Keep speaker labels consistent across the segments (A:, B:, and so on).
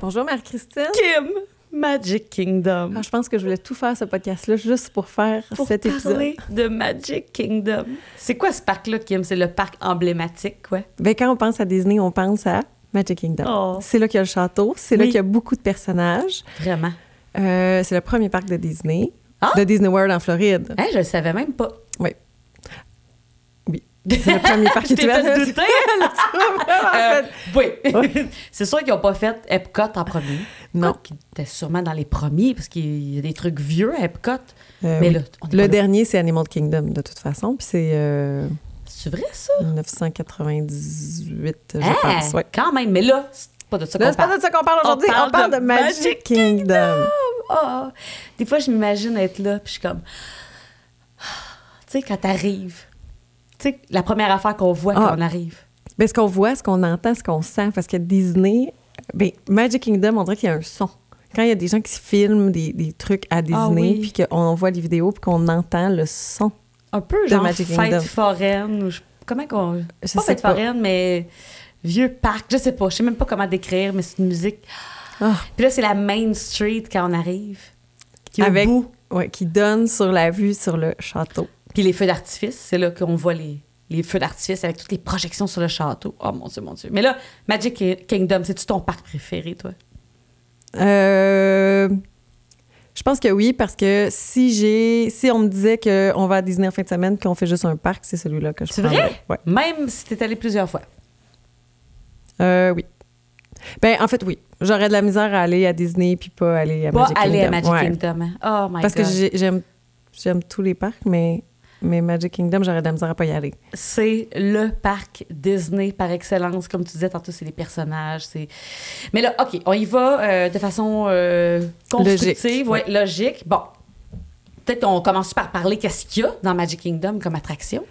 A: Bonjour Marie-Christine.
B: Kim Magic Kingdom.
A: Ah, je pense que je voulais tout faire ce podcast-là juste pour faire
B: Pour
A: cet épisode.
B: parler de Magic Kingdom. C'est quoi ce parc-là, Kim? C'est le parc emblématique, quoi.
A: Ben, quand on pense à Disney, on pense à Magic Kingdom.
B: Oh.
A: C'est là qu'il y a le château, c'est là
B: Oui.
A: qu'il y a beaucoup de personnages.
B: Vraiment.
A: Euh, c'est le premier parc de Disney,
B: Ah!
A: de Disney World en Floride.
B: Hein, je le savais même pas.
A: Oui. Oui. C'est le premier parc
B: Je t'ai
A: étoilé.
B: fait douter.
A: Ah, ben, En
B: Euh,
A: fait,
B: oui.
A: Ouais.
B: C'est sûr qu'ils n'ont pas fait Epcot en premier.
A: Non.
B: Epcot, qui était sûrement dans les premiers, parce qu'il y a des trucs vieux à Epcot.
A: euh,
B: Mais
A: oui.
B: là, on est pas
A: le
B: là.
A: dernier, c'est Animal Kingdom, de toute façon. Puis c'est euh,
B: C'est vrai, ça?
A: Oh! 1998, je
B: Hein?
A: pense. Ouais.
B: Quand même. Mais là, c'est pas de ça
A: Là,
B: qu'on
A: c'est pas
B: parle.
A: de ça qu'on parle
B: On
A: aujourd'hui. On,
B: parle
A: parle de,
B: de
A: Magic,
B: Magic
A: Kingdom.
B: Ah, ah. Des fois, je m'imagine être là, puis je suis comme. Ah, Tu sais, quand t'arrives, tu sais, la première affaire qu'on voit
A: Ah.
B: quand on arrive.
A: Ben, ce qu'on voit, ce qu'on entend, ce qu'on sent, parce que Disney, ben, Magic Kingdom, on dirait qu'il y a un son. Quand il y a des gens qui se filment des, des trucs à Disney,
B: Ah oui.
A: puis qu'on voit les vidéos, puis qu'on entend le son.
B: Un peu
A: De
B: genre
A: Magic
B: fête
A: Kingdom.
B: foraine, ou je- comment qu'on.
A: Je
B: pas
A: sais
B: fête
A: pas.
B: foraine, mais vieux parc, je sais pas, je sais même pas comment décrire, mais c'est une musique.
A: Ah.
B: Puis là, c'est la Main Street quand on arrive. Qui est au
A: Avec-
B: bout.
A: Ouais, qui donne sur la vue sur le château.
B: Puis les feux d'artifice, c'est là qu'on voit les, les feux d'artifice avec toutes les projections sur le château. Oh mon Dieu, mon Dieu. Mais là, Magic Kingdom, c'est-tu ton parc préféré, toi?
A: Euh, je pense que oui, parce que si j'ai, si on me disait qu'on va à Disney en fin de semaine, qu'on fait juste un parc, c'est celui-là que je
B: C'est vrai?
A: prendrais. Ouais.
B: Même si t'es allé plusieurs fois.
A: Euh, oui. Ben, en fait, oui. J'aurais de la misère à aller à Disney puis pas aller à
B: Pas
A: Magic
B: aller
A: Kingdom.
B: à Magic
A: Ouais.
B: Kingdom. hein. Oh my
A: Parce
B: God.
A: que j'ai- j'aime j'aime tous les parcs, mais, mais Magic Kingdom, j'aurais de la misère à pas y aller.
B: c'est le parc Disney par excellence. Comme tu disais tantôt, c'est les personnages. c'est Mais là, OK, on y va euh, de façon euh, constructive,
A: Logique,
B: ouais, logique. Bon, peut-être qu'on commence par parler qu'est-ce qu'il y a dans Magic Kingdom comme attraction.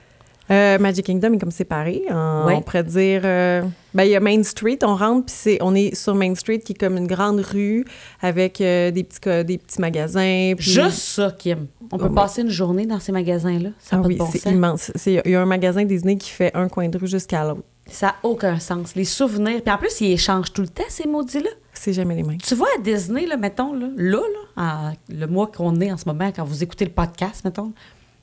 A: Euh, Magic Kingdom est comme séparé. en-
B: Ouais.
A: On pourrait dire. euh, ben, il y a Main Street, on rentre, puis c'est- on est sur Main Street qui est comme une grande rue avec euh, des, petits, co- des petits magasins. puis-
B: Juste ça, Kim. On peut
A: Oh,
B: passer une journée dans ces magasins-là. Ça n'a
A: Ah
B: pas
A: oui,
B: de bon
A: c'est
B: sens.
A: immense. C'est- Il y a un magasin Disney qui fait un coin de rue jusqu'à l'autre.
B: Ça n'a aucun sens. Les souvenirs. Puis en plus, ils échangent tout le temps, ces maudits-là.
A: C'est jamais les mêmes.
B: Tu vois, à Disney, là, mettons, là, là, là, en- le mois qu'on est en ce moment, quand vous écoutez le podcast, mettons,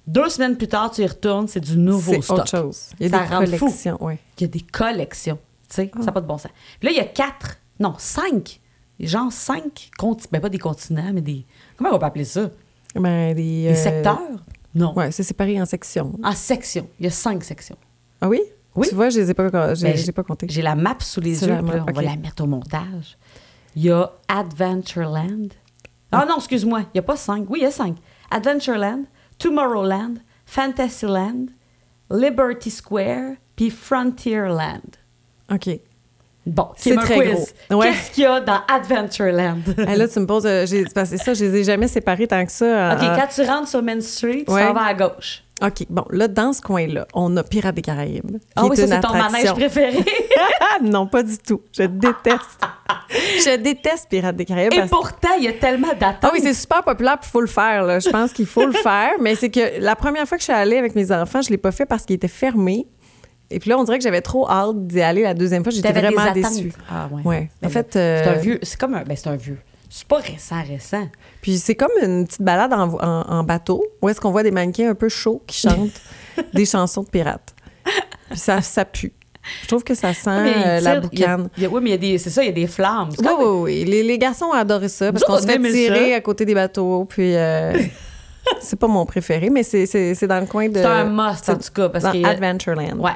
B: deux semaines plus tard, tu y retournes, c'est du nouveau
A: C'est
B: stock.
A: autre chose. Il y a
B: Ça rend
A: des
B: fou.
A: collections. Ah. Ouais.
B: Il y a des collections. Tu sais, ça n'a pas de bon sens. Puis là, il y a quatre, non, cinq, genre cinq, conti- ben pas des continents, mais des. Comment on peut appeler ça?
A: Ben, des,
B: Des
A: euh,
B: secteurs? Non.
A: Ouais, c'est séparé en sections.
B: En sections. Il y a cinq sections.
A: Ah oui?
B: Oui.
A: Tu vois, je les ai pas, j'ai,
B: Ben,
A: j'ai pas compté.
B: J'ai la map sous les
A: C'est
B: yeux,
A: la
B: puis
A: map,
B: là, on va
A: ok.
B: la mettre au montage. Il y a Adventureland. Ah non, excuse-moi, il n'y a pas cinq. Oui, il y a cinq. Adventureland, Tomorrowland, Fantasyland, Liberty Square, puis Frontierland.
A: OK.
B: Bon,
A: C'est
B: Kim, un
A: très
B: quiz.
A: gros. Ouais.
B: Qu'est-ce qu'il y a dans Adventureland? OK,
A: Hey, là, tu me poses. euh, j'ai- c'est parce que ça, je les ai jamais séparés tant que ça. en-
B: quand tu rentres sur Main Street, tu
A: Ouais.
B: t'en vas à gauche.
A: OK. Bon, là, dans ce coin-là, on a Pirates des Caraïbes.
B: Ah
A: qui
B: oui,
A: est
B: ça,
A: une
B: c'est ton manège
A: attraction.
B: préféré.
A: Ah, non, pas du tout. Je déteste. je déteste Pirates des Caraïbes.
B: Et
A: parce-
B: pourtant, il y a tellement d'attentes.
A: Ah oui, c'est super populaire, puis il faut le faire. là. Je pense qu'il faut le faire. Mais c'est que la première fois que je suis allée avec mes enfants, je ne l'ai pas fait parce qu'il était fermé. Et puis là, on dirait que j'avais trop hâte d'y aller la deuxième fois. J'étais
B: T'avais des
A: vraiment
B: attentes.
A: déçue.
B: Ah ouais.
A: Ouais.
B: Ben
A: En fait,
B: C'est un
A: euh,
B: vieux. C'est comme un. Ben, c'est un vieux. C'est pas récent, récent.
A: Puis c'est comme une petite balade en, en- en bateau où est-ce qu'on voit des mannequins un peu chauds qui chantent des chansons de pirates. Puis ça, ça pue. Je trouve que ça sent euh,
B: il
A: la
B: tire- il y a-
A: boucane.
B: il y a- oui, mais il y a des. C'est ça, il y a des flammes. C'est
A: Oui,
B: comme-
A: oui, oui. Les, les garçons ont adoré ça parce
B: Nous
A: qu'on
B: autres,
A: se
B: on
A: fait
B: aimait
A: tirer
B: ça.
A: à côté des bateaux. Puis euh, c'est pas mon préféré, mais c'est- c'est c'est dans le coin de.
B: C'est un must, en tout cas, parce
A: dans
B: qu'il y a-
A: Adventureland.
B: Ouais.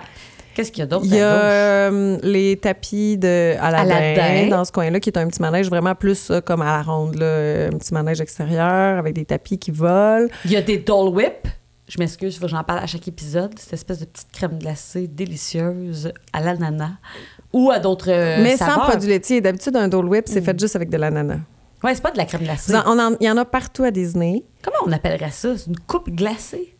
B: Qu'est-ce qu'il y a d'autre?
A: Il y a
B: à gauche?
A: euh, les tapis de Aladdin,
B: Aladdin.
A: dans ce coin-là, qui est un petit manège vraiment plus euh, comme à la ronde, là, un petit manège extérieur avec des tapis qui volent.
B: Il y a des Dole Whip. Je m'excuse, faut que j'en parle à chaque épisode. Cette espèce de petite crème glacée délicieuse à l'ananas ou à d'autres euh, Mm.
A: Mais sans
B: saveurs.
A: produits laitiers. D'habitude, un Dole Whip, c'est fait juste avec de l'ananas.
B: Ouais, c'est pas de la crème glacée.
A: On en- Il y en a partout à Disney.
B: Comment on appellerait ça? C'est une coupe glacée.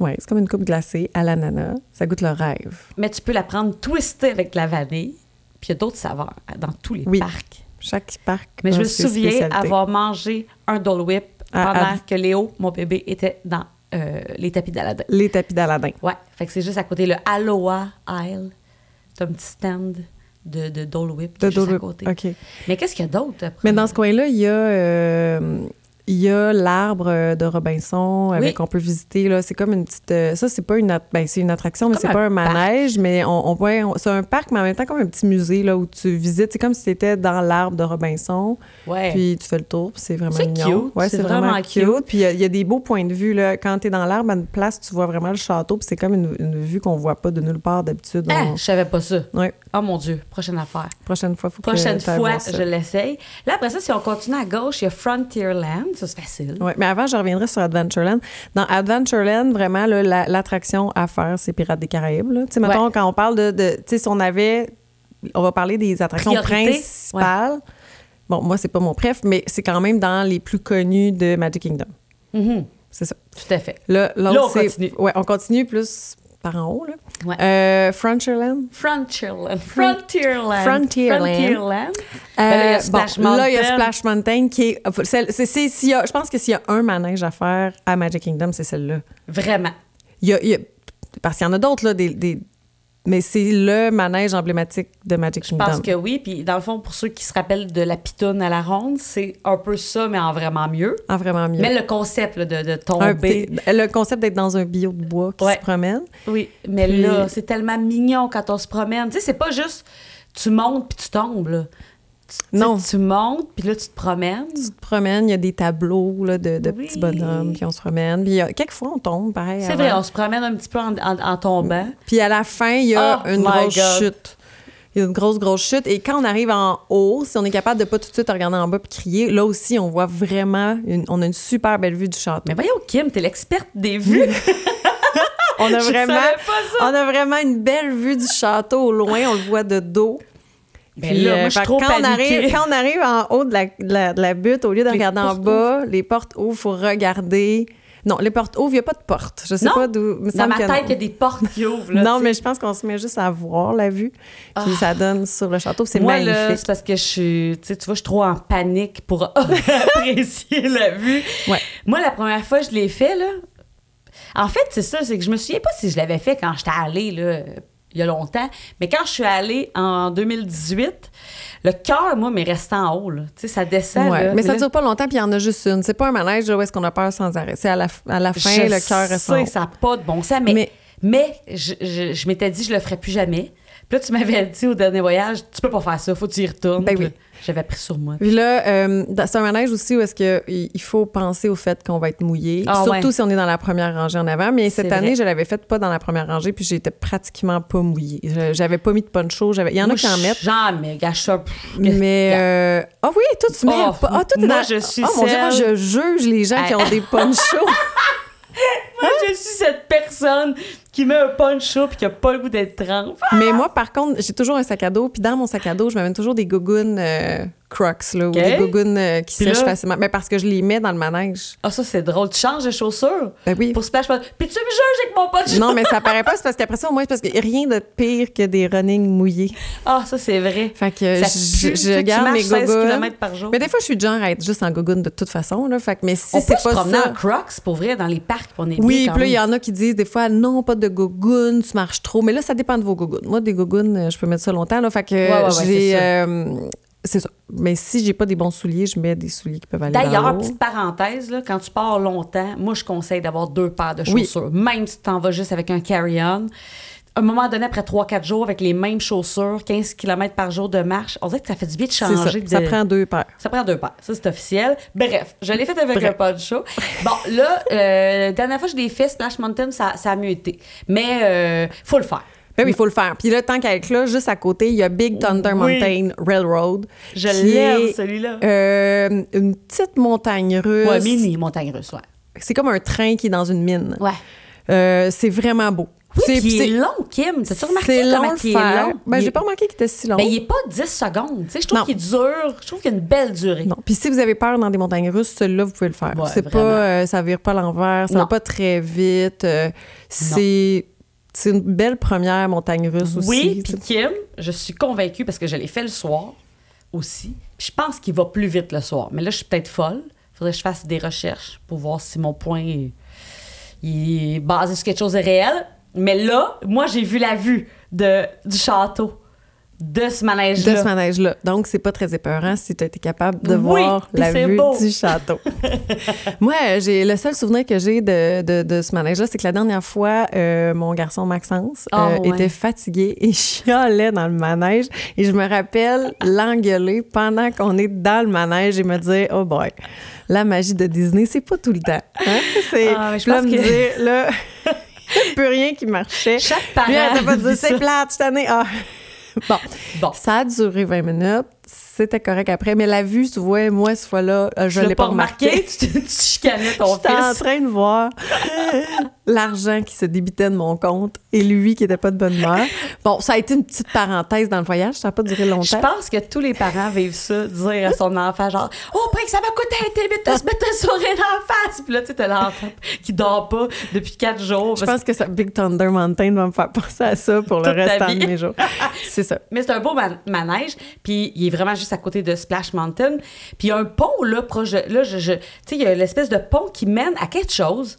A: Ouais, c'est comme une coupe glacée à l'ananas. Ça goûte le rêve.
B: Mais tu peux la prendre twistée avec de la vanille. Puis il y a d'autres saveurs dans tous les
A: Oui.
B: parcs.
A: Chaque parc.
B: Mais
A: a
B: je me
A: ses
B: souviens
A: spécialités.
B: avoir mangé un Dole Whip
A: Ah,
B: pendant
A: ah.
B: que Léo, mon bébé, était dans euh, les tapis d'Aladin.
A: Les tapis d'Aladin.
B: Ouais, fait que c'est juste à côté le Aloha Isle. C'est un petit stand de, de Dole Whip, qui
A: De
B: est juste
A: Dole
B: à
A: Whip.
B: côté.
A: OK.
B: Mais qu'est-ce qu'il y a d'autre après?
A: Mais dans ce coin-là, il y a. euh, il y a l'arbre de Robinson avec on peut visiter là, c'est comme une petite euh, ça c'est pas une at- ben, c'est une attraction mais
B: Comme
A: c'est
B: un
A: pas un
B: parc.
A: manège mais on, on peut- on- c'est un parc mais en même temps comme un petit musée là où tu visites, c'est comme si t'étais dans l'arbre de Robinson
B: Ouais.
A: puis tu fais le tour, puis c'est vraiment
B: C'est
A: mignon.
B: cute,
A: Ouais,
B: c'est
A: c'est vraiment,
B: vraiment
A: cute.
B: cute.
A: Puis il y, a- il y a des beaux points de vue là, quand t'es dans l'arbre à une place, tu vois vraiment le château, puis c'est comme une, une vue qu'on voit pas de nulle part d'habitude.
B: Ah,
A: On-
B: je savais pas ça.
A: Ouais,
B: Oh mon Dieu, prochaine affaire.
A: prochaine fois faut que
B: Prochaine
A: t'ailles
B: fois,
A: voir ça.
B: je l'essaye. Là, après ça, si on continue à gauche, il y a Frontierland. Ça, c'est facile.
A: Ouais, mais avant, je reviendrai sur Adventureland. Dans Adventureland, vraiment, là, la- l'attraction à faire, c'est Pirates des Caraïbes. là. Tu sais, mettons,
B: Ouais.
A: quand on parle de. de- tu sais, si on avait. On va parler des attractions
B: Priorité,
A: principales. Bon, moi, c'est pas mon préf, mais c'est quand même dans les plus connus de Magic Kingdom.
B: Mhm,
A: C'est ça.
B: Tout à fait.
A: Là, l'autre,
B: Là, on
A: c'est-
B: continue.
A: Ouais, on continue plus par en haut. Là.
B: Ouais.
A: Euh, Frontierland.
B: Frontierland. Frontierland.
A: Frontierland.
B: Frontierland. Ben là, il y a
A: Euh,
B: Splash
A: bon, là, il y a
B: Mountain.
A: Splash Mountain qui est. c'est- c'est- c'est- s'il y a- je pense que s'il y a un manège à faire à Magic Kingdom, c'est celle-là.
B: Vraiment.
A: Il y a- il y a- parce qu'il y en a d'autres, là, des, des- mais c'est le manège emblématique de Magic
B: Je
A: Kingdom.
B: pense que oui. Puis, dans le fond, pour ceux qui se rappellent de la pitoune à la ronde, c'est un peu ça, mais en vraiment mieux.
A: Ah, vraiment mieux.
B: Mais le concept là, de, de
A: Un
B: tomber.
A: petit- le concept d'être dans un bio de bois qui
B: Ouais.
A: se promène.
B: Oui, mais
A: Puis-
B: là, c'est tellement mignon quand on se promène. Tu sais, c'est pas juste tu montes puis tu tombes, là. Tu- tu-
A: Non.
B: Tu montes puis là, tu te promènes.
A: Tu te promènes, il y a des tableaux là, de, de
B: Oui.
A: petits bonhommes, puis on se promène. Puis il y a- quelquefois, on tombe, pareil.
B: C'est
A: avant.
B: vrai, on se promène un petit peu en, en- en tombant.
A: Puis à la fin, il y a
B: Oh
A: une
B: my
A: grosse
B: God.
A: chute. Il y a une grosse, grosse chute. Et quand on arrive en haut, si on est capable de pas tout de suite regarder en bas puis crier, là aussi, on voit vraiment, une- on a une super belle vue du château.
B: Mais voyons, Kim, t'es l'experte des vues.
A: Mm. On a
B: Je
A: vraiment,
B: savais pas
A: on a vraiment une belle vue du château au loin. On le voit de dos.
B: Ben
A: Puis,
B: là, moi,
A: euh,
B: je suis
A: fait que
B: trop
A: quand on,
B: paniquée.
A: arrive, quand on arrive en haut de la, de la- de la butte, au lieu de
B: Les
A: regarder en
B: portes
A: bas, les portes ouvrent, faut regarder. Non, les portes ouvrent, il n'y a pas de porte. Je sais
B: Non.
A: pas d'où. il me
B: Dans
A: semble
B: ma
A: que
B: tête,
A: non.
B: il y a des portes qui ouvrent.
A: non,
B: Là, tu sais. Ah.
A: mais je pense qu'on se met juste à voir la vue. Puis ça donne sur le château. C'est
B: Moi,
A: magnifique.
B: là, c'est parce que je suis. Tu sais, tu vois, je suis trop en panique pour apprécier la vue.
A: Ouais.
B: Moi, la première fois, je l'ai fait, là. En fait, c'est ça, c'est que je me souviens pas si je l'avais fait quand j'étais allée, là, euh, il y a longtemps. Mais quand je suis allée en 2018, le cœur, moi, m'est resté en haut, là. Tu sais, ça descend.
A: Ouais,
B: là.
A: mais ça
B: là,
A: dure pas longtemps, puis il y en a juste une. C'est pas un manège là, où est-ce qu'on a peur sans arrêt. C'est à la, à la fin,
B: je
A: le cœur reste en
B: sais,
A: haut.
B: ça n'a pas de bon sens, mais, mais...
A: Mais-
B: je, je- je m'étais dit, je le ferai plus jamais. Puis là, tu m'avais dit au dernier voyage, tu peux pas faire ça, faut que tu y retournes.
A: Ben
B: Puis
A: oui.
B: là, J'avais pris sur moi.
A: Puis là, euh, dans- c'est un manège aussi où est-ce que il il faut penser au fait qu'on va être mouillé,
B: Ah
A: surtout
B: ouais.
A: si on est dans la première rangée en avant. Mais cette
B: C'est
A: année,
B: vrai.
A: je l'avais faite pas dans la première rangée, puis j'étais pratiquement pas mouillée. Je- J'avais pas mis de poncho. J'avais, il y en a
B: Moi,
A: qui en
B: je-
A: mettent.
B: Jamais, gars, je suis un- pff,
A: Mais euh, ah oui, toi tu mets.
B: Oh,
A: pas- Ah, toi, t'es
B: moi,
A: dans-
B: je suis
A: Ah, mon dieu, moi je
B: celle-
A: juge les gens qui
B: Hey.
A: ont des ponchos.
B: Moi,
A: euh,
B: je suis cette personne qui met un poncho puis qui a pas le goût d'être trempe.
A: Mais moi, par contre, j'ai toujours un sac à dos. Puis dans mon sac à dos, je m'amène toujours des gougounes euh, Crocs, là,
B: Ok.
A: ou des gougounes euh, qui
B: Puis
A: sèchent
B: là-
A: facilement. Mais parce que je les mets dans le manège.
B: Ah, ça, c'est drôle. Tu changes de chaussures
A: Ben oui.
B: pour Splash Mountain. Puis tu me juges avec mon poncho.
A: Non, mais ça paraît pas. C'est parce qu'après ça, au moins, c'est parce qu'il y a rien de pire que des running mouillés.
B: Ah, ça, c'est vrai.
A: Fait que
B: Ça
A: je,
B: pue,
A: je
B: tu sais, tu
A: garde mes
B: marches 16
A: gougounes.
B: kilomètres par jour.
A: Mais des fois, je suis du genre à être juste en gougoune de toute façon. Là. Fait que, mais si
B: on peut
A: c'est
B: se
A: pas
B: promener en
A: ça.
B: Crocs, pour vrai, dans les parcs, puis on est
A: Oui,
B: bien quand
A: puis là, il y
B: même.
A: en a qui disent des fois, non, pas de gougoune, tu marches trop. Mais là, ça dépend de vos gougounes. Moi, des gougounes, euh, je peux mettre ça longtemps. Là, fait que
B: Ouais, ouais, ouais,
A: je
B: c'est
A: les,
B: ça.
A: euh, c'est ça. Mais si j'ai pas des bons souliers, je mets des souliers qui peuvent aller dans
B: D'ailleurs,
A: l'eau.
B: petite parenthèse, là, quand tu pars longtemps, moi, je conseille d'avoir deux paires de
A: Oui.
B: chaussures, même si tu t'en vas juste avec un carry-on. À un moment donné, après 3-4 jours, avec les mêmes chaussures, 15 km par jour de marche, on dirait que ça fait du bien de
A: C'est ça.
B: changer. de-
A: Ça prend deux paires.
B: Ça prend deux paires, ça c'est officiel. Bref, je l'ai fait avec
A: Bref.
B: un poncho. Bon, là, euh, dernière fois que je l'ai fait, Splash Mountain, ça, ça a mieux été. Mais euh, faut le faire.
A: Ben oui, il faut le faire. Puis là, tant qu'à être là, juste à côté, il y a Big Thunder
B: Oui.
A: Mountain Railroad.
B: Je
A: qui
B: l'aime,
A: est,
B: celui-là.
A: euh, une petite montagne russe.
B: Ouais, mini montagne russe, ouais.
A: C'est comme un train qui est dans une mine.
B: Ouais.
A: Euh, c'est vraiment beau.
B: Oui, puis il est
A: c'est
B: long, Kim. T'as-tu
A: c'est
B: remarqué
A: long
B: comment
A: le
B: il est
A: faire.
B: long?
A: Ben,
B: Il
A: j'ai
B: est-
A: pas remarqué qu'il était si long.
B: Ben, il est pas 10 secondes. Tu sais, je trouve
A: Non.
B: qu'il dure. Je trouve qu'il y a une belle durée.
A: Non. Puis si vous avez peur dans des montagnes russes, celui-là, vous pouvez le faire.
B: Ouais,
A: c'est
B: vraiment.
A: pas, euh, ça vire pas à l'envers, ça
B: Non.
A: va pas très vite. euh, c'est, c'est une belle première montagne russe aussi.
B: Oui,
A: tu
B: puis
A: sais.
B: Kim, je suis convaincue parce que je l'ai fait le soir aussi. Puis je pense qu'il va plus vite le soir. Mais là, je suis peut-être folle. Faudrait que je fasse des recherches pour voir si mon point est, il est basé sur quelque chose de réel. Mais là, moi, j'ai vu la vue de, du château. de ce manège-là.
A: de ce manège-là. Donc, c'est pas très épeurant si tu été capable de
B: Oui,
A: voir
B: puis
A: la
B: c'est
A: vue
B: beau.
A: du château. Moi, euh, j'ai le seul souvenir que j'ai de, de- de ce manège-là, c'est que la dernière fois, euh, mon garçon Maxence
B: Ah,
A: euh,
B: ouais.
A: était fatigué et chialait dans le manège. Et je me rappelle l'engueuler pendant qu'on est dans le manège et me dire « Oh boy, la magie de Disney, c'est pas tout le temps. Hein? » C'est
B: Ah, mais je
A: puis là,
B: pense
A: me
B: que-
A: dire, là, plus rien qui marchait.
B: Chaque parent
A: Lui, elle t'a pas
B: vit
A: dit « C'est
B: ça.
A: plate, cette année. Ah. » Bon,
B: Bon.
A: ça a duré 20 minutes. C'était correct après. Mais la vue, tu vois, moi, cette fois-là, euh, je
B: Tu
A: ne
B: l'as
A: l'ai pas remarqué.
B: tu, te- tu chicanais ton
A: J'étais en
B: fils.
A: train de voir l'argent qui se débitait de mon compte et lui qui n'était pas de bonne humeur. Bon, ça a été une petite parenthèse dans le voyage. Ça n'a pas duré
B: Je
A: longtemps.
B: pense que tous les parents vivent ça, dire à son enfant, genre, oh, ben, ça m'a coûté un thé,
A: Ah.
B: mais de se mettre un sourire en face. Puis là, tu sais, t'as l'enfant qui dort pas depuis quatre jours.
A: Je
B: parce-
A: pense que ça, Big Thunder Mountain va me faire penser à ça pour le
B: Toute ta
A: restant
B: vie.
A: de mes jours. C'est ça.
B: Mais c'est un beau man- manège, puis il est vraiment juste à côté de Splash Mountain. Puis il y a un pont, là, proche de- Là, je, je- tu sais, il y a l'espèce de pont qui mène à quelque chose.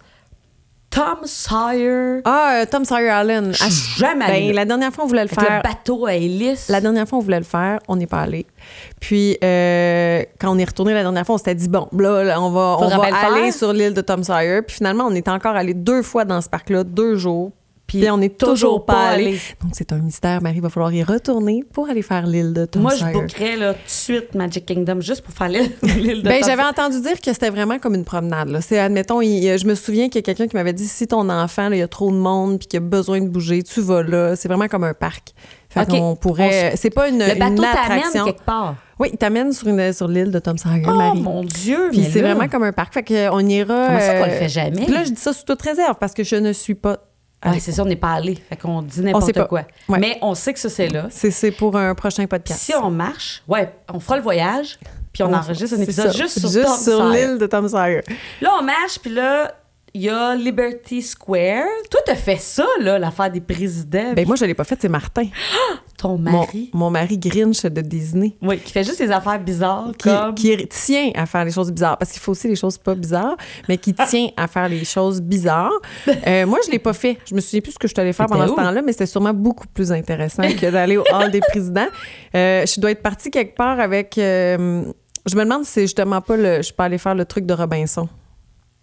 B: Tom Sawyer.
A: Ah, euh, Tom Sawyer Allen.
B: Je suis jamais allée
A: Ben,
B: là.
A: la dernière fois, on voulait le
B: Avec
A: faire.
B: le bateau à hélice.
A: La dernière fois, on voulait le faire, on n'est pas allé. Puis, euh, quand on est retourné la dernière fois, on s'était dit, bon, là, là, on va, on
B: Faudra
A: va
B: bien le
A: aller
B: faire.
A: sur l'île de Tom Sawyer. Puis finalement, on est encore allé deux fois dans ce parc-là, deux jours.
B: Puis
A: Puis, on n'est toujours,
B: toujours
A: pas
B: pas
A: allé.
B: allé.
A: Donc, c'est un mystère, Marie. Il va falloir y retourner pour aller faire l'île de Tom
B: Moi, je
A: Sawyer.
B: bookerais, là, tout de suite Magic Kingdom juste pour faire l'île l'île de
A: Ben,
B: Tom
A: j'avais
B: Sawyer.
A: entendu dire que c'était vraiment comme une promenade. Là. C'est, admettons, il- je me souviens qu'il y a quelqu'un qui m'avait dit si ton enfant, là, il y a trop de monde puis qu'il a besoin de bouger, tu vas là. C'est vraiment comme un parc. Fait
B: OK.
A: qu'on pourrait.
B: On s-
A: c'est pas une,
B: Le bateau
A: une
B: t'amène
A: attraction.
B: quelque part.
A: Oui, il t'amène sur, une- sur l'île de Tom Sawyer,
B: Oh
A: Marie.
B: mon Dieu,
A: Puis
B: mais
A: c'est
B: là,
A: vraiment comme un parc. Fait qu'on ira.
B: Comment ça qu'on le
A: euh,
B: fait jamais?
A: Puis là, je dis ça sous toute réserve parce que je ne suis pas.
B: Ouais,
A: allée.
B: c'est ça, on n'est pas allé. Fait qu'on dit
A: sait pas.
B: n'importe quoi.
A: Ouais.
B: Mais on sait que ça, c'est là.
A: c'est, c'est pour un prochain podcast.
B: Si on marche, ouais, on fera le voyage, puis on, enregistre un
A: c'est
B: épisode
A: ça.
B: juste sur Tom Sawyer.
A: l'île de Tom Sawyer.
B: Là, on marche, puis là, il y a Liberty Square. Toi, t'as fait ça, là, l'affaire des présidents.
A: Ben, moi, je ne l'ai pas fait, c'est Martin. Mon,
B: ton mari.
A: mon mari Grinch de Disney.
B: Oui, qui fait juste des affaires bizarres,
A: Qui,
B: comme...
A: qui tient à faire les choses bizarres. Parce qu'il faut aussi les choses pas bizarres, mais qui tient à faire les choses bizarres. Euh, moi, je l'ai pas fait. Je me souviens plus ce que je suis allée faire
B: C'était
A: pendant ce
B: où?
A: temps-là, mais c'était sûrement beaucoup plus intéressant que d'aller au Hall des présidents. Euh, je dois être partie quelque part avec. euh, je me demande si c'est justement pas le. Je suis pas allée faire le truc de Robinson.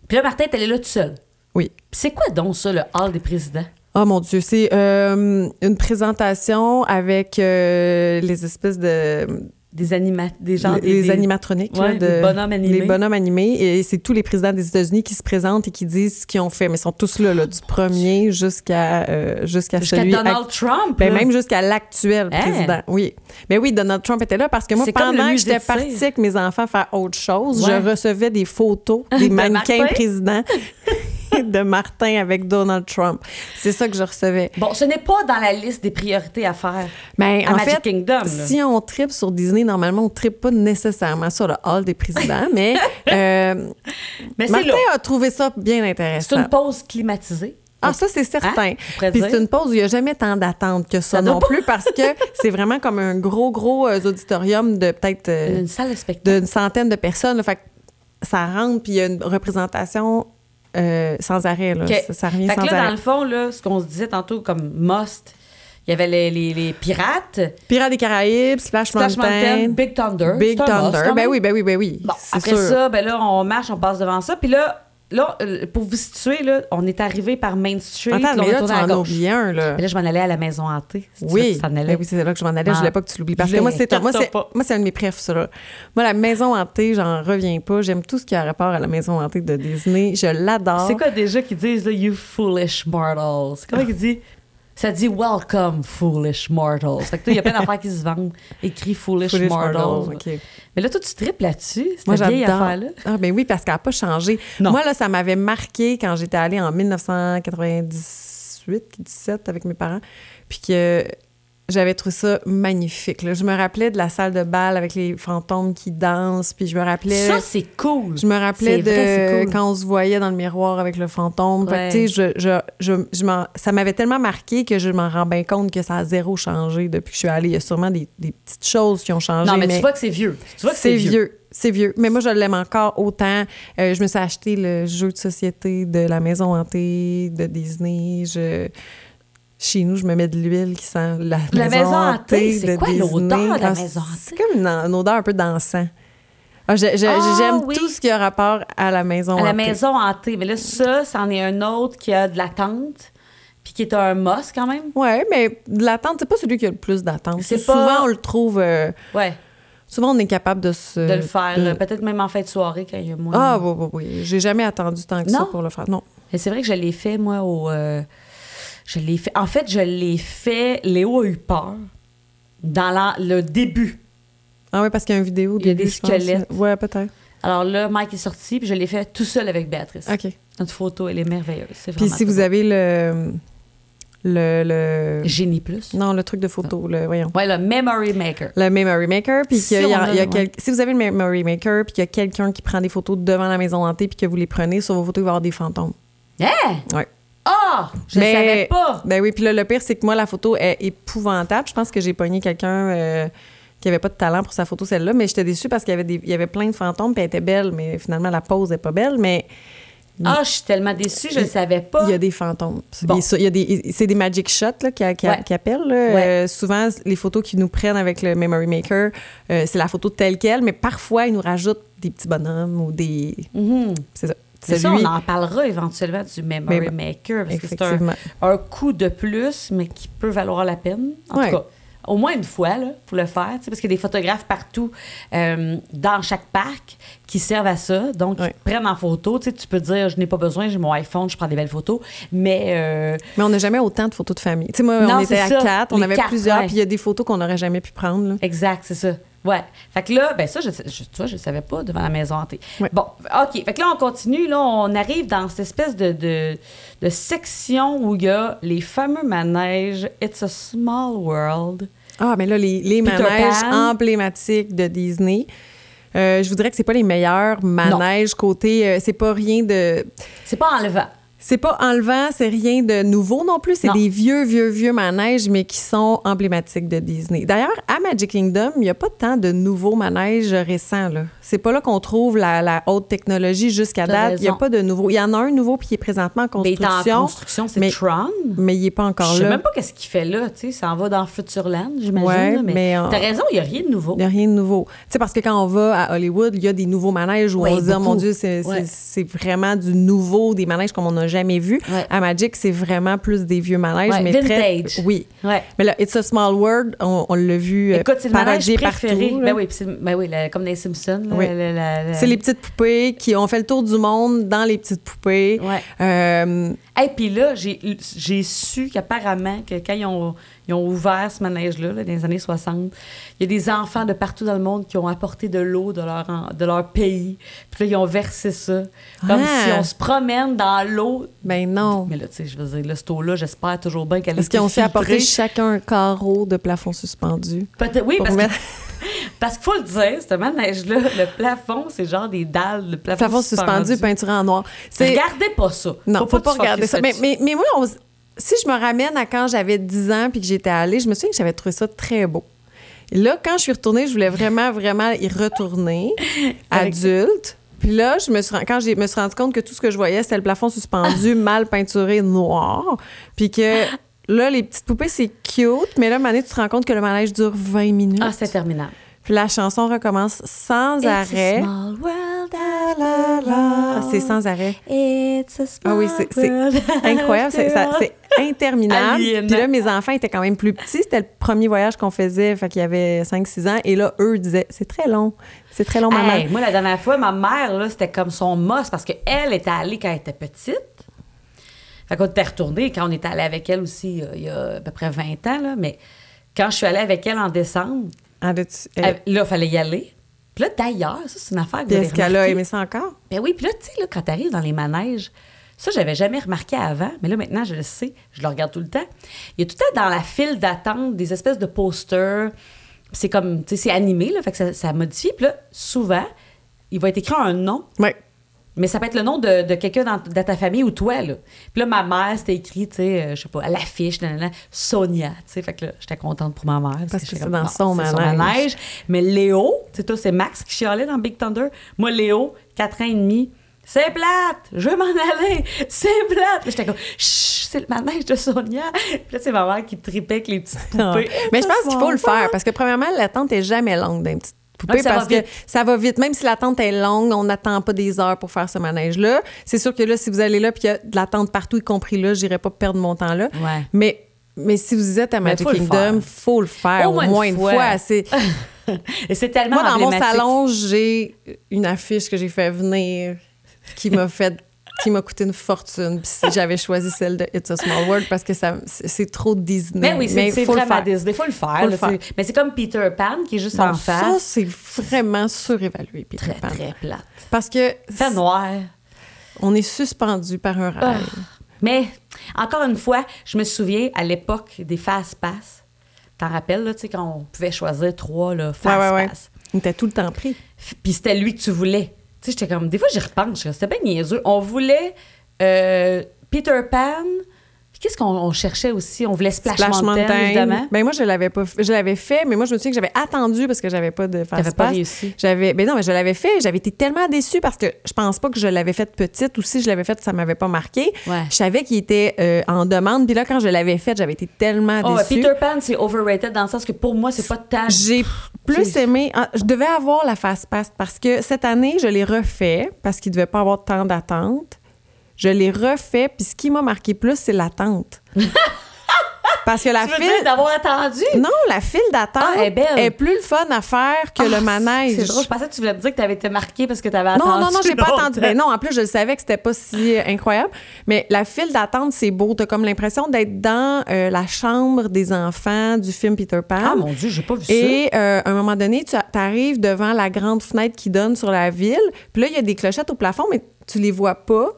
B: Puis là, Martin, t'es là tout seul.
A: Oui.
B: Puis c'est quoi donc ça, le hall des présidents?
A: Oh mon Dieu, c'est euh, une présentation avec euh, les espèces de.
B: Des anima... Des gens...
A: les,
B: des-
A: les
B: des-
A: animatroniques. là,
B: Ouais,
A: de-
B: les bonhommes animés.
A: Les bonhommes animés. Et c'est tous les présidents des États-Unis qui se présentent et qui disent ce qu'ils ont fait. Mais ils sont tous là, là, du premier jusqu'à euh, jusqu'à
B: Jusqu'à
A: celui...
B: Donald
A: act-
B: Trump,
A: ben,
B: là.
A: même jusqu'à l'actuel
B: Hein?
A: président, oui. Mais oui, Donald Trump était là parce que moi,
B: C'est comme
A: pendant
B: le
A: que
B: musée
A: j'étais
B: de cire.
A: partie avec mes enfants faire autre chose,
B: Ouais.
A: je recevais des photos des
B: De
A: mannequins
B: Martin?
A: présidents de Martin avec Donald Trump. C'est ça que je recevais.
B: Bon, ce n'est pas dans la liste des priorités à faire.
A: Mais Ben,
B: À
A: en
B: Magic
A: fait,
B: Kingdom, là.
A: si on tripe sur Disney, normalement, on tripe pas nécessairement sur le hall des présidents, mais euh,
B: Mais c'est
A: Martin
B: là.
A: a trouvé ça bien
B: C'est
A: intéressant.
B: une pause climatisée.
A: ah, ça, c'est certain.
B: Hein? On pourrait
A: Puis
B: dire.
A: c'est une pause où il n'y a jamais tant d'attente que ça,
B: Ça doit
A: non
B: pas-
A: plus parce que c'est vraiment comme un gros, gros euh, auditorium de peut-être euh,
B: Une salle de spectacle.
A: d'une centaine de personnes. là. fait que ça rentre, puis il y a une représentation euh, sans arrêt. Là.
B: OK.
A: Ça, ça revient
B: Fait que
A: sans
B: là, dans
A: arrêt.
B: le fond, là, ce qu'on se disait tantôt comme must, il y avait les, les- les pirates,
A: Pirates des Caraïbes, Splash,
B: Splash Mountain, Big Thunder.
A: Big
B: c'est un must,
A: Thunder.
B: quand
A: Ben
B: même.
A: oui, ben oui, ben oui.
B: Bon,
A: c'est
B: après
A: sûr.
B: ça, ben là, on marche, on passe devant ça. Puis là, là, euh, pour vous situer, là, on est arrivé par Main Street.
A: Attends,
B: là, on
A: mais
B: est
A: là, tu
B: tourné à
A: en as
B: gauche.
A: oublié un, là.
B: Mais là, je m'en allais à la maison hantée. si tu veux que
A: Oui,
B: tu t'en
A: Ben
B: allais.
A: oui c'est là que je m'en allais. Je
B: Ah.
A: voulais pas que tu l'oublies. Parce
B: Je
A: que moi, c'est moi,
B: capte
A: c'est-
B: pas.
A: moi, c'est un de mes préfs, ça. là. Moi, la maison hantée, j'en reviens pas. J'aime tout ce qui a rapport à la maison hantée de Disney. Je l'adore.
B: C'est quoi déjà qu'ils disent, là, You foolish mortals? C'est
A: Ah.
B: comment qu'ils disent? Ça dit Welcome, foolish mortals. Fait que là, il y a plein d'affaires qui se vendent. Écrit foolish,
A: Foolish
B: mortals.
A: Mortals, ok.
B: Mais là, toi, tu triples là-dessus. cette
A: Moi,
B: vieille
A: j'adore.
B: affaire-là.
A: Ah, ben oui, parce qu'elle n'a pas changé.
B: Non.
A: Moi, là, ça m'avait marqué quand j'étais allée en 1998, 17 avec mes parents, puis que j'avais trouvé ça magnifique. là. Je me rappelais de la salle de bal avec les fantômes qui dansent, puis je me rappelais...
B: Ça, c'est cool.
A: Je me rappelais
B: C'est
A: de
B: vrai, c'est cool.
A: quand on se voyait dans le miroir avec le fantôme. Fait que,
B: Ouais.
A: tu sais, je, je, je- je m'en- ça m'avait tellement marqué que je m'en rends bien compte que ça a zéro changé depuis que je suis allée. Il y a sûrement des, des petites choses qui ont changé.
B: Non, mais,
A: mais
B: tu vois que c'est vieux. Tu vois que
A: c'est vieux. C'est vieux. Mais moi, je l'aime encore autant. Euh, je me suis acheté le jeu de société de la maison hantée de Disney. Je, Chez nous, je me mets de l'huile qui sent la,
B: La maison hantée,
A: hantée.
B: c'est
A: de
B: quoi l'odeur de la
A: Disney. Ah,
B: maison
A: C'est
B: hantée?
A: comme une, une odeur un peu d'encens. Ah, j'ai- j'ai-
B: Ah,
A: J'aime
B: oui.
A: tout ce qui a rapport à la maison
B: À la
A: hantée.
B: maison hantée. Mais là, ça, c'en est un autre qui a de la tente, puis qui est un moss quand même.
A: Ouais, mais de l'attente, c'est pas celui qui a le plus d'attente.
B: C'est
A: Souvent,
B: pas-
A: on le trouve. euh,
B: Ouais,
A: souvent, on est capable de se.
B: de le
A: Euh,
B: faire. euh, ben,
A: de-
B: là, Peut-être même en fin de soirée quand il y a moins.
A: Ah, oui, oui, oui. J'ai jamais attendu tant que ça
B: Non?
A: pour le faire. Non.
B: Mais c'est vrai que je l'ai fait, moi, au. euh, je l'ai fait. En fait, je l'ai fait. Léo a eu peur dans la- le début.
A: Ah, oui, parce qu'il y a une vidéo. au
B: Il y a
A: début,
B: des
A: je pense.
B: squelettes.
A: Ouais, peut-être.
B: Alors là, Mike est sorti, puis je l'ai fait tout seul avec Béatrice.
A: OK.
B: Notre photo, elle est merveilleuse. C'est
A: Puis
B: vraiment
A: si vous
B: très
A: avez le. Le. le-
B: bon. Génie Plus.
A: Non, le truc de photo, le. Voyons.
B: Ouais, le Memory Maker.
A: Le Memory Maker, puis
B: Si
A: qu'il y a- il y a-
B: on a,
A: il y a
B: ouais.
A: quel- si vous avez le Memory Maker, puis qu'il y a quelqu'un qui prend des photos devant la maison hantée, puis que vous les prenez, sur vos photos, il va y avoir des fantômes.
B: Hein?
A: Ouais.
B: Ah! je ne
A: Mais-
B: savais pas!
A: Ben oui, puis là, le pire, c'est que moi, la photo est épouvantable. Je pense que j'ai pogné quelqu'un euh, qui avait pas de talent pour sa photo, celle-là, mais j'étais déçue parce qu'il y avait, des, il y avait plein de fantômes, puis elle était belle, mais finalement, la pose n'est pas belle, mais
B: Ah, je suis tellement déçue, je ne savais pas.
A: il y a des fantômes.
B: Bon.
A: Et ça, il y a des- c'est des magic shots là, qui, qui-
B: Ouais.
A: qui appellent. là.
B: Ouais.
A: Euh, souvent, les photos qu'ils nous prennent avec le Memory Maker, euh, c'est la photo telle qu'elle, mais parfois, ils nous rajoutent des petits bonhommes ou des...
B: Mhm.
A: C'est ça.
B: Mais ça,
A: Celui-
B: on en parlera éventuellement du Memory
A: Mais-
B: Maker, parce que c'est un,
A: Effectivement.
B: un coût de plus, mais qui peut valoir la peine. En
A: Ouais.
B: tout cas, au moins une fois, là, pour le faire, tu sais, parce qu'il y a des photographes partout euh, dans chaque parc qui servent à ça. Donc,
A: Ouais.
B: ils te prennent en photo. Tu sais, tu peux dire, je n'ai pas besoin, j'ai mon iPhone, je prends des belles photos. Mais euh,
A: Mais on n'a jamais autant de photos de famille. Tu sais, moi,
B: Non,
A: on était
B: c'est
A: à
B: ça.
A: quatre, on
B: Les
A: avait
B: quatre,
A: plusieurs,
B: ouais.
A: puis il y a des photos qu'on n'aurait jamais pu prendre. là.
B: Exact, c'est ça. Ouais. Fait que là, ben ça, je, je, tu vois, je le savais pas devant la maison hantée.
A: Ouais.
B: Bon, OK. Fait que là, on continue. Là, on arrive dans cette espèce de, de, de section où il y a les fameux manèges It's a Small World.
A: Ah, mais là, les, les
B: Peter
A: manèges
B: Pan.
A: emblématiques de Disney. euh, je vous dirais que c'est pas les meilleurs manèges côté. euh, c'est pas rien de.
B: C'est pas enlevant.
A: C'est pas enlevant, c'est rien de nouveau non plus. C'est
B: Non.
A: des vieux, vieux, vieux manèges, mais qui sont emblématiques de Disney. D'ailleurs, à Magic Kingdom, il n'y a pas tant de nouveaux manèges récents. Là. C'est pas là qu'on trouve la, la haute technologie jusqu'à
B: T'as
A: date. Il n'y a
B: raison.
A: pas de nouveau. Il y en a un nouveau puis il est présentement en
B: Mais il est en
A: construction,
B: construction, c'est
A: mais-
B: Tron.
A: mais il n'est pas
B: Je
A: encore
B: sais
A: là.
B: même pas qu'est-ce qu'il fait là, tu sais, ça en va dans Futurland, j'imagine,
A: Ouais,
B: là, mais,
A: mais en-
B: t'as raison, il y a rien de nouveau.
A: Il n'y a rien de nouveau. Tu sais, parce que quand on va à Hollywood, il y a des nouveaux manèges où
B: Ouais,
A: on se dit, oh
B: beaucoup.
A: mon Dieu, c'est
B: Ouais.
A: c'est- c'est vraiment du nouveau, des manèges comme on n'a jamais vu.
B: Ouais.
A: À Magic, c'est vraiment plus des vieux manèges.
B: Ouais,
A: mais très-
B: vintage.
A: oui.
B: Ouais.
A: Mais là, It's a Small World, on, on l'a vu euh,
B: Écoute, c'est le manège
A: parodié
B: préféré.
A: partout. là.
B: ben oui, puis c'est- ben oui la- comme dans les Simpsons. là,
A: Oui.
B: la- la- la-
A: C'est les petites poupées qui ont fait le tour du monde dans les petites poupées.
B: Ouais.
A: Euh,
B: Et puis là, j'ai j'ai su qu'apparemment, que quand ils ont, ils ont ouvert ce manège-là, là, dans les années 60, il y a des enfants de partout dans le monde qui ont apporté de l'eau de leur, en- de leur pays. Puis là, ils ont versé ça. Comme
A: Ah!
B: si on se promène dans l'eau.
A: ben non.
B: Mais là, tu sais, je veux dire, là, cette eau-là, j'espère toujours bien qu'elle
A: Est-ce qu'ils ont fait
B: filtrée.
A: apporter chacun un carreau de plafond suspendu?
B: Peut-être- Oui,
A: pour
B: parce que-
A: mettre-
B: parce qu'il faut le dire, ce manège-là, le plafond, c'est genre des dalles, le plafond,
A: Plafond suspendu, peinture en noir. C'est-
B: Regardez pas ça.
A: Non, faut, pas,
B: que tu
A: regarder
B: focuses
A: ça. Mais,
B: là-dessus.
A: mais, mais moi, on s- si je me ramène à quand j'avais 10 ans puis que j'étais allée, je me souviens que j'avais trouvé ça très beau. Et là, quand je suis retournée, je voulais vraiment, vraiment y retourner,
B: Avec-
A: adulte. Puis là, je me suis, ren- quand je me suis rendu compte que tout ce que je voyais, c'était le plafond suspendu, mal peinturé, noir. Puis que là, les petites poupées, c'est cute. Mais là, Mané, tu te rends compte que le manège dure 20 minutes.
B: Ah, c'est terminable.
A: Puis la chanson recommence sans
B: It's a
A: arrêt.
B: small world
A: La, la, la. C'est sans arrêt.
B: It's a
A: Ah
B: small
A: oui, c'est- c'est
B: world
A: incroyable, c'est, ça-
B: after all.
A: c'est interminable.
B: Aliénant.
A: Puis là, mes enfants étaient quand même plus petits. C'était le premier voyage qu'on faisait, fait qu'il y avait 5-6 ans. Et là, eux disaient, c'est très long, c'est très long, maman.
B: Hey, moi, la dernière fois, ma mère, là, c'était comme son must parce qu'elle était allée quand elle était petite. Fait qu'on était retourné quand on était allé avec elle aussi euh, il y a à peu près 20 ans, là, mais quand je suis allée avec elle en décembre,
A: Ah, là, tu- elle-
B: elle- là, il fallait y aller. Puis là, d'ailleurs, ça, c'est une affaire que
A: puis
B: vous avez
A: est-ce qu'elle a
B: remarquée.
A: aimé ça encore?
B: Ben oui, puis là, tu sais, là, quand t'arrives dans les manèges, ça, j'avais jamais remarqué avant, mais là, maintenant, je le sais, je le regarde tout le temps. Il y a tout le temps dans la file d'attente des espèces de posters. C'est comme, tu sais, c'est animé, là, fait que ça, ça modifie. Puis là, souvent, il va être écrit un nom,
A: Oui.
B: mais ça peut être le nom de, de quelqu'un dans, dans ta famille ou toi, là. Puis là, ma mère, c'était écrit, tu sais, euh, je sais pas, à l'affiche, nanana, Sonia, tu sais. Fait que là, j'étais contente pour ma mère.
A: Parce que
B: j'étais
A: c'est
B: comme,
A: dans son
B: bon, c'est
A: manège.
B: Mais Léo, tu sais, toi, c'est Max qui chialait dans Big Thunder. Moi, Léo, 4 ans et demi, C'est plate! Je vais m'en aller! C'est plate! Puis j'étais comme, chut, c'est le manège de Sonia! Puis là, c'est ma mère qui tripait avec les petites poupées.
A: Ah. Mais je
B: Ça
A: pense qu'il
B: s'en
A: faut le
B: va.
A: faire parce que premièrement, l'attente est jamais longue d'une petite poupée
B: Ah, ça va
A: parce que
B: vite.
A: ça va vite. Même si l'attente est longue, on n'attend pas des heures pour faire ce manège-là. C'est sûr que là, si vous allez là puis qu'il y a de l'attente partout, y compris là, j'irai pas perdre mon temps là.
B: Ouais.
A: Mais mais si vous êtes à Magic
B: faut le
A: Kingdom,
B: faire.
A: faut le faire au moins, une fois. C'est-
B: Et c'est tellement
A: Moi, dans mon
B: emblématique.
A: salon, j'ai une affiche que j'ai fait venir qui m'a fait qui m'a coûté une fortune. Puis si j'avais choisi celle de It's a Small World parce que ça c'est c'est trop Disney.
B: Mais oui, c'est c'est
A: faut le
B: vraiment
A: faire.
B: Disney. Faut le faire.
A: Faut le
B: là,
A: faire.
B: c'est- Mais c'est comme Peter Pan qui est juste en
A: Bon, Ça,
B: face.
A: c'est vraiment surévalué, Peter
B: Très,
A: Pan.
B: très plate.
A: Parce que
B: Fait noir.
A: on est suspendu par un rêve.
B: Ah. Mais encore une fois, je me souviens à l'époque des fast pass. T'en rappelles, là, tu sais, quand on pouvait choisir trois, là, fast pass.
A: On était tout le temps pris.
B: F- Puis c'était lui que tu voulais. Tu sais, j'étais comme. Des fois, j'y repense. je- C'était bien niaiseux. On voulait euh, Peter Pan. Puis Qu'est-ce qu'on on cherchait aussi? On voulait Splash, Mountain, évidemment.
A: Ben moi je l'avais pas fait- je l'avais fait mais moi je me souviens que j'avais attendu parce que j'avais pas de fast
B: T'avais pas
A: pass.
B: réussi.
A: J'avais ben non mais je l'avais fait, j'avais été tellement déçue parce que je pense pas que je l'avais fait petite ou si je l'avais fait ça m'avait pas marqué.
B: Ouais.
A: Je savais qu'il était euh, en demande puis là quand je l'avais fait, j'avais été tellement
B: Oh, ouais,
A: déçue.
B: Peter Pan, c'est overrated dans le sens que pour moi, c'est pas tant.
A: J'ai plus
B: Ah, c'est-
A: aimé. ah, Je devais avoir la fast pass parce que cette année, je l'ai refait parce qu'il ne devait pas avoir tant d'attente. Je l'ai refait, puis ce qui m'a marqué plus, c'est l'attente. parce que la
B: Tu veux
A: file.
B: dire d'avoir attendu?
A: Non, la file d'attente
B: Ah, elle est belle.
A: plus le fun à faire que
B: Ah,
A: le manège.
B: C'est drôle, je pensais que tu voulais me dire que tu avais été marqué parce que tu avais attendu.
A: Non, non, non, j'ai pas
B: longtemps.
A: attendu. Ben non, en plus, je le savais que c'était pas si euh, incroyable. Mais la file d'attente, c'est beau. T'as comme l'impression d'être dans euh, la chambre des enfants du film Peter Pan.
B: Ah mon Dieu, j'ai pas vu
A: Et euh, à un moment donné, tu arrives devant la grande fenêtre qui donne sur la ville. Puis là, il y a des clochettes au plafond, mais tu les vois pas.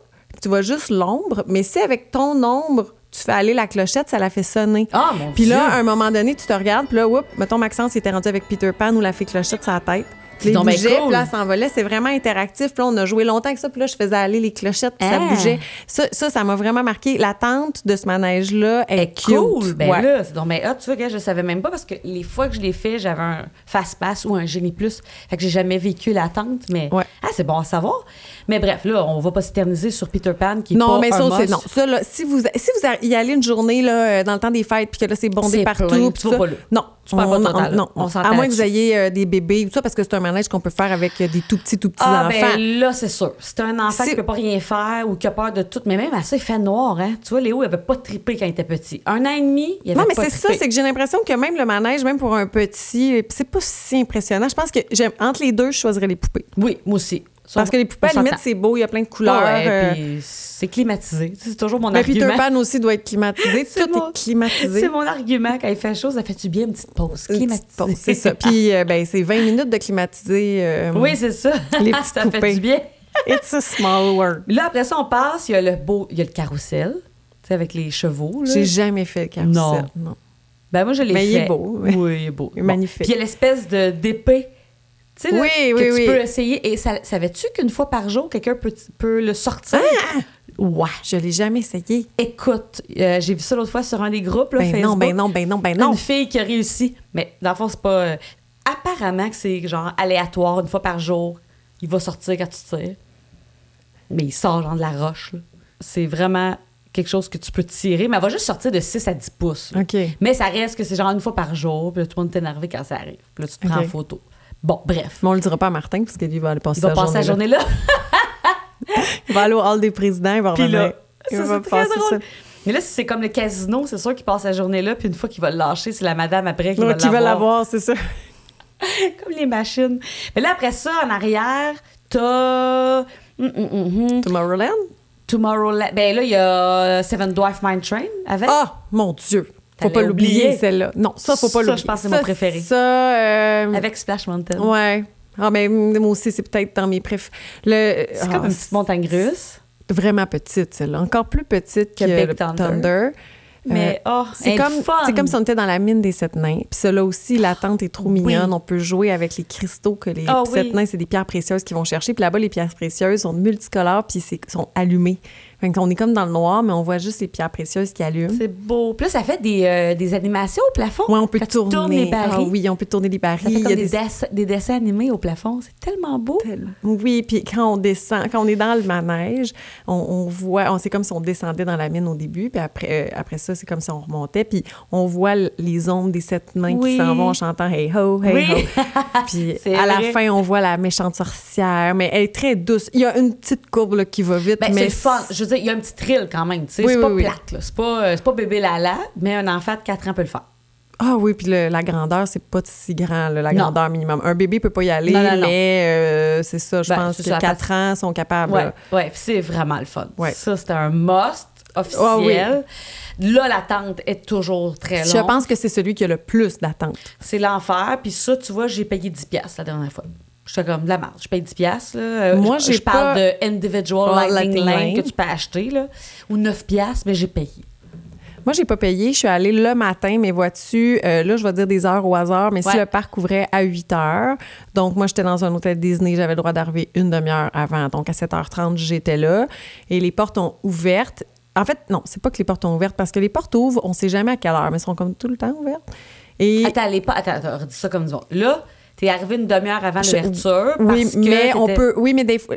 A: Tu vois juste l'ombre. Mais si avec ton ombre, tu fais aller la clochette, ça la fait sonner.
B: Ah, mon
A: Puis là,
B: Dieu!
A: à un moment donné, tu te regardes. Puis là, oups, mettons Maxence, il était rendu avec Peter Pan ou la fée clochette sur la tête. Puis là,
B: donc
A: il
B: bien
A: bougeait,
B: cool.
A: puis là, ça s'envolait. C'est vraiment interactif. Puis là, on a joué longtemps avec ça. Puis là, je faisais aller les clochettes, puis ça
B: Ah!
A: bougeait. Ça, ça ça m'a vraiment marqué. L'attente de ce manège-là est,
B: ça. Eh, cool.
A: cute.
B: Ben
A: Ouais.
B: là, c'est donc, mais ah, tu vois, gars, je savais même pas parce que les fois que je l'ai fait, j'avais un fast pass ou un génie plus. Fait que j'ai jamais vécu l'attente, mais
A: Ouais.
B: ah, c'est bon à savoir. Mais bref, là, on va pas s'éterniser sur Peter Pan qui est
A: Non,
B: pas
A: mais
B: un
A: ça, c'est
B: must.
A: non. Ça, là, si vous, si vous y allez une journée là, euh, dans le temps des fêtes, puis que là, c'est bondé
B: C'est
A: partout,
B: plein,
A: puis
B: tu vas
A: ça,
B: pas là.
A: Non,
B: Tu perds pas
A: on-
B: ton temps, là.
A: on- non,
B: On
A: on-
B: s'entend
A: À moins que vous
B: là-dessus.
A: ayez euh, des bébés ou tout ça, parce que c'est un manège qu'on peut faire avec euh, des tout petits, tout petits
B: Ah,
A: enfants.
B: ben là, c'est sûr. C'est un enfant
A: C'est-
B: qui peut pas rien faire ou qui a peur de tout. Mais même à ça, il fait noir, hein. Tu vois, Léo, il avait pas trippé quand il était petit. Un an et demi, il avait
A: non, mais
B: pas
A: c'est ça,
B: trippé.
A: c'est que j'ai l'impression que même le manège, même pour un petit, euh, c'est pas si impressionnant. Je pense que j'aime entre les deux, je choisirais les poupées.
B: Oui, moi aussi.
A: Parce que les poupées, à la
B: On
A: limite,
B: s'entend.
A: c'est beau, il y a plein de couleurs.
B: Ouais,
A: euh,
B: puis c'est climatisé. Tu sais, C'est toujours mon
A: mais Peter
B: argument.
A: Pan aussi doit être climatisé.
B: C'est
A: Tout
B: mon-
A: est climatisé.
B: C'est mon argument. Quand il fait chaud, ça fait-tu bien une petite pause
A: Une
B: climatisée?
A: petite pause, C'est ça. Puis, euh, ben, c'est 20 minutes de climatiser. euh,
B: oui, c'est ça.
A: Les petites
B: ça fait
A: poupées.
B: du bien.
A: It's a small world.
B: Là, après ça, on passe. Il y a le beau, il y a le carrousel, tu sais, avec les chevaux. là.
A: J'ai jamais fait le carrousel.
B: Non.
A: non.
B: Ben moi, je l'ai
A: Mais
B: fait.
A: il est beau.
B: Oui, il est beau.
A: Il est magnifique.
B: Puis il y a l'espèce de d'épée. Tu sais, là,
A: Oui,
B: que
A: oui,
B: tu
A: oui.
B: peux essayer. Et ça, savais-tu qu'une fois par jour, quelqu'un peut, peut le sortir?
A: Ah!
B: Ouais.
A: Je l'ai jamais essayé.
B: Écoute, euh, j'ai vu ça l'autre fois sur un des groupes, là,
A: ben
B: Facebook.
A: non, ben non, ben non, ben non.
B: Une fille qui a réussi. Mais dans le fond, c'est pas. euh, apparemment que c'est genre aléatoire, une fois par jour. Il va sortir quand tu tires. Mais il sort genre de la roche. là. C'est vraiment quelque chose que tu peux tirer, mais elle va juste sortir de 6 à 10 pouces. là.
A: OK.
B: Mais ça reste que c'est genre une fois par jour, puis là, tout le monde est énervé quand ça arrive. Puis là, tu te prends
A: OK.
B: en photo. Bon, bref.
A: Mais on le dira pas à Martin parce qu'il va aller passer,
B: Il va
A: la,
B: passer
A: journée
B: la journée-là.
A: Il va aller au hall des présidents, il va
B: Puis
A: revenir.
B: là,
A: il
B: ça,
A: va
B: c'est très
A: passer
B: drôle. Mais là, si c'est comme le casino, c'est sûr qu'il passe la journée-là, puis une fois qu'il va le lâcher, c'est la madame après qui
A: Ça.
B: va
A: Qui va l'avoir, c'est ça.
B: comme les machines. Mais là, après ça, en arrière, t'as. Hum, hum, hum, hum.
A: Tomorrowland?
B: Tomorrowland. Ben là, il y a Seven Dwarf Mine Train avec.
A: Ah, mon Dieu! Faut
B: Ben. T'allais
A: pas l'oublier,
B: oublier.
A: celle-là. Non, ça, faut pas
B: Ça,
A: l'oublier.
B: je pense que c'est mon
A: Ça,
B: préféré.
A: Ça, euh,
B: Avec Splash Mountain.
A: ouais. Ah, mais mm, moi aussi, c'est peut-être dans mes préf... Le...
B: C'est
A: ah,
B: comme une petite montagne russe.
A: Vraiment petite, celle-là. Encore plus petite que,
B: Que Big
A: le
B: Thunder.
A: Thunder. Euh,
B: Mais oh,
A: C'est comme, c'est comme si on était dans la mine des sept nains. Puis ça, là aussi, l'attente est trop
B: Ah, Oui.
A: mignonne. On peut jouer avec les cristaux que les
B: Ah
A: sept
B: oui.
A: nains, c'est des pierres précieuses qu'ils vont chercher. Puis là-bas, les pierres précieuses sont multicolores puis c'est- sont allumées. Fait Fait qu'on est comme dans le noir, mais on voit juste les pierres précieuses qui allument.
B: C'est beau. Puis là, ça fait des, euh, des animations au plafond.
A: Ouais, on peut
B: Quand tu
A: tourner.
B: tournes les barils,
A: ah oui, on peut tourner les barils.
B: Ça fait
A: Il y
B: comme
A: a
B: des,
A: des-
B: dess- des dessins animés au plafond. C'est tellement beau.
A: Oui, puis quand on descend, quand on est dans le manège, on, on voit, on c'est comme si on descendait dans la mine au début, puis après, euh, après ça, c'est comme si on remontait, puis on voit l- les ombres des sept nains
B: Oui.
A: qui s'en vont en chantant Hey ho, hey
B: Oui.
A: ho. Puis
B: C'est
A: à
B: vrai.
A: la fin, on voit la méchante sorcière, mais elle est très douce. Il y a une petite courbe là, qui va vite,
B: Ben, c'est
A: mais
B: le fun. Je veux dire, il y a un petit thrill quand même. tu sais.
A: Oui,
B: c'est
A: oui,
B: pas
A: oui.
B: plate. là. C'est pas, euh, c'est pas bébé Lala, mais un enfant de 4 ans peut le faire.
A: Ah oui, puis le- la grandeur, c'est pas si grand, là, la
B: Non.
A: grandeur minimum. Un bébé peut pas y aller,
B: Non, non, non.
A: mais euh, c'est ça, je
B: Ben,
A: pense
B: c'est
A: que
B: ça, à
A: 4 ans sont capables.
B: Ouais,
A: là.
B: ouais, puis c'est vraiment le fun.
A: Ouais.
B: Ça, c'est un must officiel.
A: Ah oui.
B: Là, l'attente est toujours très
A: Je
B: longue.
A: pense que c'est celui qui a le plus d'attente.
B: C'est l'enfer. Puis ça, tu vois, j'ai payé 10$ piastres la dernière fois. J'étais comme de la marge. Je paye 10$. piastres, Là. Euh,
A: Moi,
B: je,
A: j'ai
B: je parle
A: pas-
B: de Individual
A: Ouais, Lightning
B: Lightning Lane
A: Lane.
B: que tu peux acheter. Là, ou 9$, piastres, mais j'ai payé.
A: Moi, j'ai pas payé. Je suis allée le matin, mais vois-tu, euh, là, je vais dire des heures au hasard, mais si
B: Ouais.
A: le parc ouvrait à 8 heures, donc moi, j'étais dans un hôtel Disney, j'avais le droit d'arriver une demi-heure avant. Donc, à 7h30, j'étais là et les portes ont ouvertes. En fait, non, c'est pas que les portes ont ouvertes parce que les portes ouvrent, on sait jamais à quelle heure, mais elles sont comme tout le temps ouvertes. Et
B: Attends, les pas. Attends, attends, redis ça comme disons. Là, t'es arrivé une demi-heure avant
A: Je-
B: l'ouverture.
A: oui,
B: parce que
A: mais on
B: t'étais-
A: peut. Oui, mais des fois.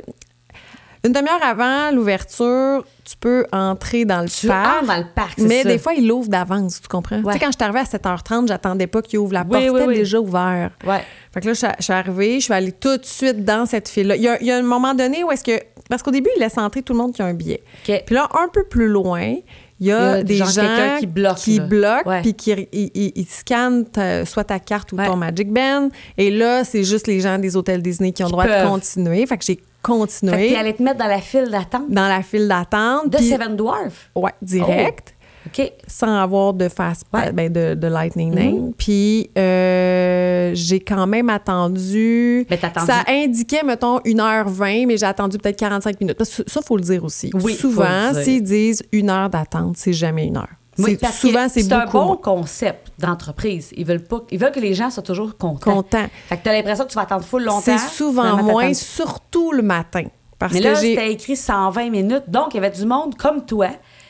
A: Une demi-heure avant l'ouverture, tu peux entrer dans le
B: Tu
A: parc.
B: entres dans le parc, c'est
A: Mais
B: ça.
A: des fois, il l'ouvre d'avance, tu comprends? Tu
B: Ouais.
A: sais, quand je suis arrivée à 7h30, j'attendais pas qu'il ouvre la
B: Oui,
A: porte.
B: oui,
A: C'était
B: oui.
A: déjà ouvert.
B: Ouais.
A: Fait que là, je, suis- je suis arrivée, je suis allée tout de suite dans cette file-là. Il y a, il y a un moment donné où est-ce que. Parce qu'au début, il laisse entrer tout le monde qui a un billet.
B: OK.
A: Puis là, un peu plus loin, il y a,
B: Il y a
A: des
B: genre quelqu'un
A: gens
B: qui bloque,
A: qui
B: là.
A: bloquent,
B: Ouais.
A: puis qui ils, ils- ils scannent ta- soit ta carte ou
B: Ouais.
A: ton Magic Band. Et là, c'est juste les gens des hôtels Disney qui ont le droit
B: peuvent.
A: de continuer. Fait que j'ai
B: Fait que t'es
A: continué
B: allé te mettre dans la file d'attente
A: dans la file d'attente.
B: de
A: puis-
B: Seven Dwarfs.
A: Ouais, direct
B: OK.
A: sans avoir de fast
B: Ouais. Mhm.
A: ben, de, de lightning lane. Puis euh, j'ai quand même attendu.
B: Mais t'as attendu-
A: Ça indiquait mettons 1h20 mais j'ai attendu peut-être 45 minutes. Parce que ça faut le dire aussi.
B: Oui, faut
A: souvent
B: le dire.
A: s'ils disent une heure d'attente, c'est jamais une heure.
B: Oui,
A: C'est-
B: parce que
A: souvent c'est
B: un
A: beaucoup
B: bon
A: moins.
B: concept d'entreprise. Ils veulent pas ils veulent que les gens soient toujours contents.
A: Contents.
B: Fait que t'as l'impression que tu vas attendre full longtemps.
A: C'est souvent
B: Finalement,
A: moins
B: t'attends-
A: surtout le matin parce
B: Mais
A: que
B: là,
A: j'ai
B: c'était écrit 120 minutes. Donc, il y avait du monde comme toi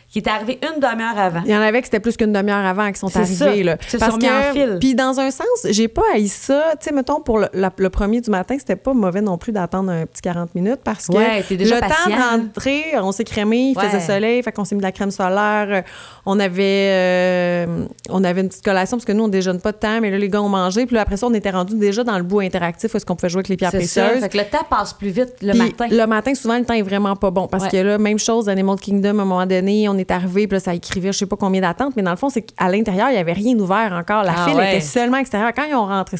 B: qui était arrivé une demi-heure avant.
A: Il y en avait que c'était plus qu'une demi-heure avant qui sont
B: C'est
A: arrivés.
B: ça.
A: Là.
B: Puis se
A: Parce
B: sont mis
A: que,
B: en file.
A: puis dans un sens, j'ai pas haï ça. Tu sais, mettons, pour le, la- le premier du matin, c'était pas mauvais non plus d'attendre un petit 40 minutes parce que
B: Ouais, t'es déjà
A: le
B: patient.
A: temps d'entrer, on s'est crémé, il
B: Ouais.
A: faisait soleil, fait qu'on s'est mis de la crème solaire. euh, On avait, euh, on avait une petite collation parce que nous, on déjeune pas de temps, mais là, les gars ont mangé. Puis là, après ça, on était rendu déjà dans le bout interactif où est-ce qu'on pouvait jouer avec les pierres
B: C'est ça.
A: précieuses.
B: Fait que le temps passe plus vite le
A: Puis
B: matin.
A: Le matin, souvent, le temps est vraiment pas bon. Parce
B: Ouais.
A: que là, même chose, Animal Kingdom, à un moment donné, on est arrivé, puis là, ça écrivait, je sais pas combien d'attentes, mais dans le fond, c'est qu'à l'intérieur, il y avait rien ouvert encore. La
B: Ah
A: file
B: ouais.
A: était seulement extérieure. Quand ils ont rentré,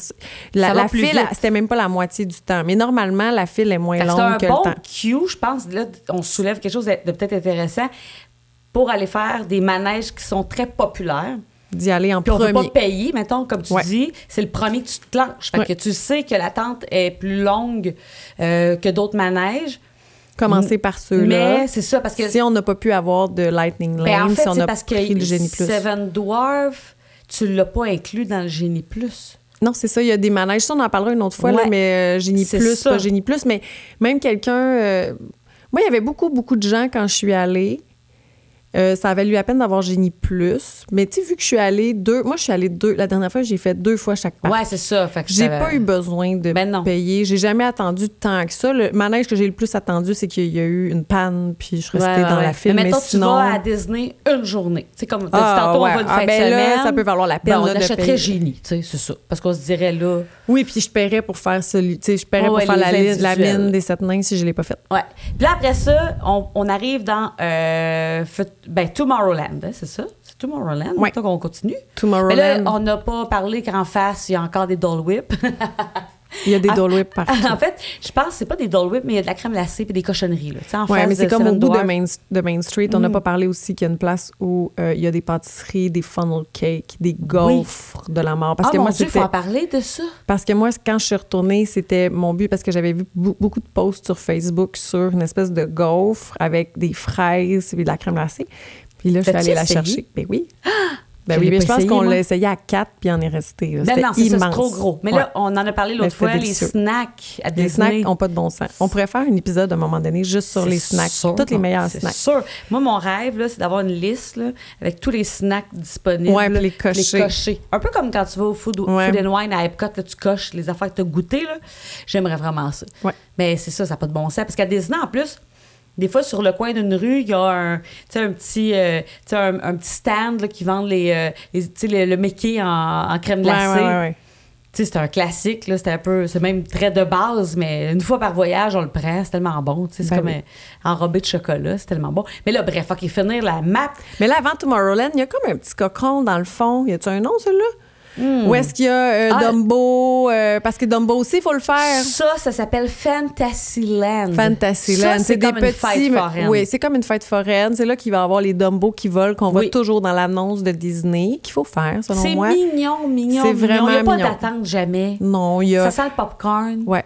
A: la,
B: Ça va
A: la
B: plus
A: file,
B: vite.
A: c'était même pas la moitié du temps. Mais normalement, la file est moins
B: Fait que
A: longue que
B: C'est un bon
A: le temps.
B: cue, je pense. Là, on soulève quelque chose de de peut-être intéressant pour aller faire des manèges qui sont très populaires.
A: D'y aller en
B: Puis on ne pas
A: premier.
B: payer, mettons, comme tu
A: Ouais.
B: dis, c'est le premier que tu te clenches. Fait
A: Ouais.
B: que tu sais que l'attente est plus longue euh, que d'autres manèges.
A: Commencer par ceux-là.
B: Mais c'est ça, parce que.
A: Si on n'a pas pu avoir de Lightning Lane,
B: Ben, en fait,
A: si on
B: c'est
A: a
B: parce
A: pris
B: que
A: le Génie Plus.
B: Seven Dwarf, tu l'as pas inclus dans le Génie Plus.
A: Non, c'est ça, il y a des manèges. Ça, on en parlera une autre fois, là,
B: Ouais.
A: mais euh, Génie
B: C'est
A: Plus,
B: ça.
A: pas Génie Plus. Mais même quelqu'un. euh, moi, il y avait beaucoup, beaucoup de gens quand je suis allée. Euh, ça avait lu à peine d'avoir Génie Plus. Mais tu sais, vu que je suis allée deux. Moi, je suis allée deux. La dernière fois, j'ai fait deux fois chaque parc.
B: Ouais, c'est ça. Fait que
A: J'ai
B: ça-
A: pas eu besoin de
B: Ben non.
A: payer. J'ai jamais attendu tant que ça. Le manège que j'ai le plus attendu, c'est qu'il y a eu une panne, puis je suis
B: Ouais,
A: restée
B: ouais,
A: dans
B: ouais.
A: la file.
B: Mais
A: Mais,
B: mettons,
A: sinon.
B: tu vas à Disney une journée. Tu sais, comme t'as dit
A: Ah,
B: tantôt,
A: ouais.
B: on va une
A: Ah,
B: fin
A: ben
B: de
A: là,
B: semaine.
A: ça peut valoir la peine,
B: Ben, on
A: là, de
B: achèterait
A: payer.
B: Génie, tu sais, c'est ça. Parce qu'on se dirait là.
A: Oui, puis je paierais pour faire celui. Tu sais, je paierais
B: Ouais,
A: pour faire
B: les
A: la, liste- la
B: individuels.
A: mine des sept nains si je l'ai pas faite.
B: Ouais. Puis là, après ça, on, on arrive dans euh, fut- ben, Tomorrowland, hein, c'est ça? C'est Tomorrowland.
A: Ouais.
B: Donc, on continue.
A: Tomorrowland.
B: Mais là, on n'a pas parlé qu'en face, il y a encore des Dole Whip.
A: Il y a des
B: Ah,
A: Dole Whip partout.
B: en fait, je pense que c'est pas des Dole Whip, mais il y a de la crème glacée et des cochonneries. Là, Tu sais, en
A: Oui,
B: face
A: mais c'est
B: de Mm.
A: comme au
B: Seven
A: bout de
B: Dwarfs.
A: Main, de Main Street. On n'a pas parlé aussi qu'il y a une place où euh, il y a des pâtisseries, des funnel cakes, des gaufres de la mort. Parce
B: ah,
A: que
B: mon
A: moi,
B: Dieu,
A: c'était.
B: faut en parler de ça.
A: Parce que moi, quand je suis retournée, c'était mon but parce que j'avais vu bou- beaucoup de posts sur Facebook sur une espèce de gaufre avec des fraises et de la crème glacée. Puis là, je suis
B: T'as-tu
A: allée la
B: essayé? Ah!
A: chercher. Ben oui. Ben
B: Je
A: oui,
B: l'ai
A: mais
B: pas
A: je pense
B: essayé,
A: qu'on
B: moi.
A: l'a essayé à quatre, puis on est resté. là.
B: Ben
A: C'était
B: non, c'est ça,
A: immense.
B: c'est trop gros. Mais
A: Ouais.
B: là, on en a parlé
A: Mais
B: l'autre
A: c'était
B: fois, les
A: délicieux.
B: snacks à
A: les
B: Disney.
A: snacks ont pas de bon sens. On pourrait faire un épisode à un moment donné juste sur
B: C'est
A: les snacks,
B: sûr,
A: toutes les meilleurs
B: c'est
A: snacks.
B: sûr. Moi, mon rêve, là, c'est d'avoir une liste là, avec tous les snacks disponibles.
A: Ouais, puis les
B: puis
A: cocher.
B: Un peu comme quand tu vas au Food,
A: Ouais.
B: Food and Wine à Epcot, là, tu coches les affaires que tu as goûtées. là. J'aimerais vraiment ça.
A: Ouais.
B: Mais c'est ça, ça n'a pas de bon sens. Parce qu'à Disney, en plus, des fois, sur le coin d'une rue, il y a un, tu sais, un, petit, euh, tu sais, un, un petit stand là, qui vend les, euh, les- tu sais, le, le Mickey en, en crème
A: Ouais,
B: glacée.
A: ouais, ouais, ouais.
B: Tu sais, c'est un classique, là, c'est un peu, c'est même très de base, mais une fois par voyage, on le prend, c'est tellement bon, tu sais, c'est
A: Ben
B: comme
A: oui.
B: un enrobé de chocolat, c'est tellement bon. Mais là, bref, ok, finir la map,
A: Mais là, avant Tomorrowland, il y a comme un petit cochon dans le fond. Y a-tu un nom, celui-là? Ou est-ce qu'il y a euh,
B: Hmm. Ah.
A: Dumbo? euh, parce que Dumbo aussi, il faut le faire.
B: ça, ça s'appelle Fantasyland.
A: Fantasyland.
B: Ça, c'est comme une fête
A: mais-
B: foraine.
A: Oui, c'est comme une fête foraine. C'est là qu'il va y avoir les Dumbo qui volent, qu'on
B: Oui.
A: voit toujours dans l'annonce de Disney, qu'il faut faire, selon
B: C'est
A: moi.
B: mignon, mignon,
A: C'est
B: mignon. Il n'y a
A: vraiment
B: pas
A: mignon.
B: d'attente jamais.
A: Non, il y a.
B: Ça sent le popcorn.
A: Ouais.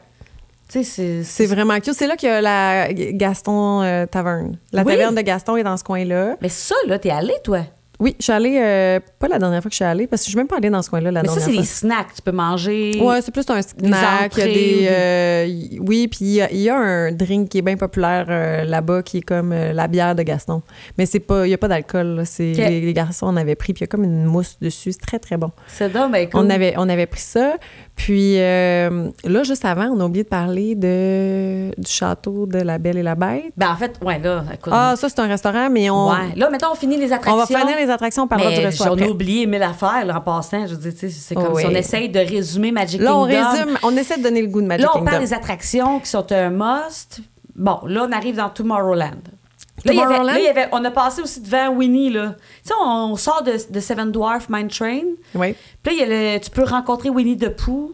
B: Tu sais, c'est,
A: C'est vraiment cute. C'est là qu'il y a la Gaston euh, Taverne. La
B: Oui.
A: taverne de Gaston est dans ce coin-là.
B: Mais ça, là, t'es allé, toi.
A: Oui, je suis allée, euh, pas la dernière fois que je suis allée, parce que je suis même pas allée dans ce coin-là la
B: Mais ça,
A: dernière
B: c'est
A: fois.
B: des snacks, tu peux manger.
A: Ouais, c'est plus un snack. Il y a
B: entrées
A: des,
B: ou des-
A: euh, y- oui, puis il y, a- il y a un drink qui est bien populaire euh, là-bas, qui est comme euh, la bière de Gaston. Mais c'est pas, il y a pas d'alcool. là. C'est
B: Ok.
A: les, les garçons en avaient pris, puis il y a comme une mousse dessus. C'est très très bon.
B: C'est dingue, ben, cool.
A: On avait, on avait pris ça. Puis euh, là, juste avant, on a oublié de parler de du château de la Belle et la Bête.
B: Ben, en fait, ouais, là, écoute.
A: Ah, ça c'est un restaurant, mais on,
B: ouais. Là, mettons, on finit les
A: on
B: attractions.
A: va finir les attractions, on parlera
B: Mais
A: du restaurant.
B: J'en ai
A: après. Oh
B: oublié mille affaires là, en passant. Je veux dire, tu sais, c'est comme
A: Oui.
B: si on essaye de résumer Magic
A: Là, on
B: Kingdom.
A: résume, on essaie de donner le goût de Magic
B: Là, on
A: Kingdom.
B: parle des attractions qui sont un must. Bon, là, on arrive dans Tomorrowland. Là, il y avait-
A: Tomorrowland?
B: là, il y avait- on a passé aussi devant Winnie. Là. Tu sais, on, on sort de, de Seven Dwarf Mine Train.
A: Oui.
B: Puis là, il y a le- tu peux rencontrer Winnie the Pooh.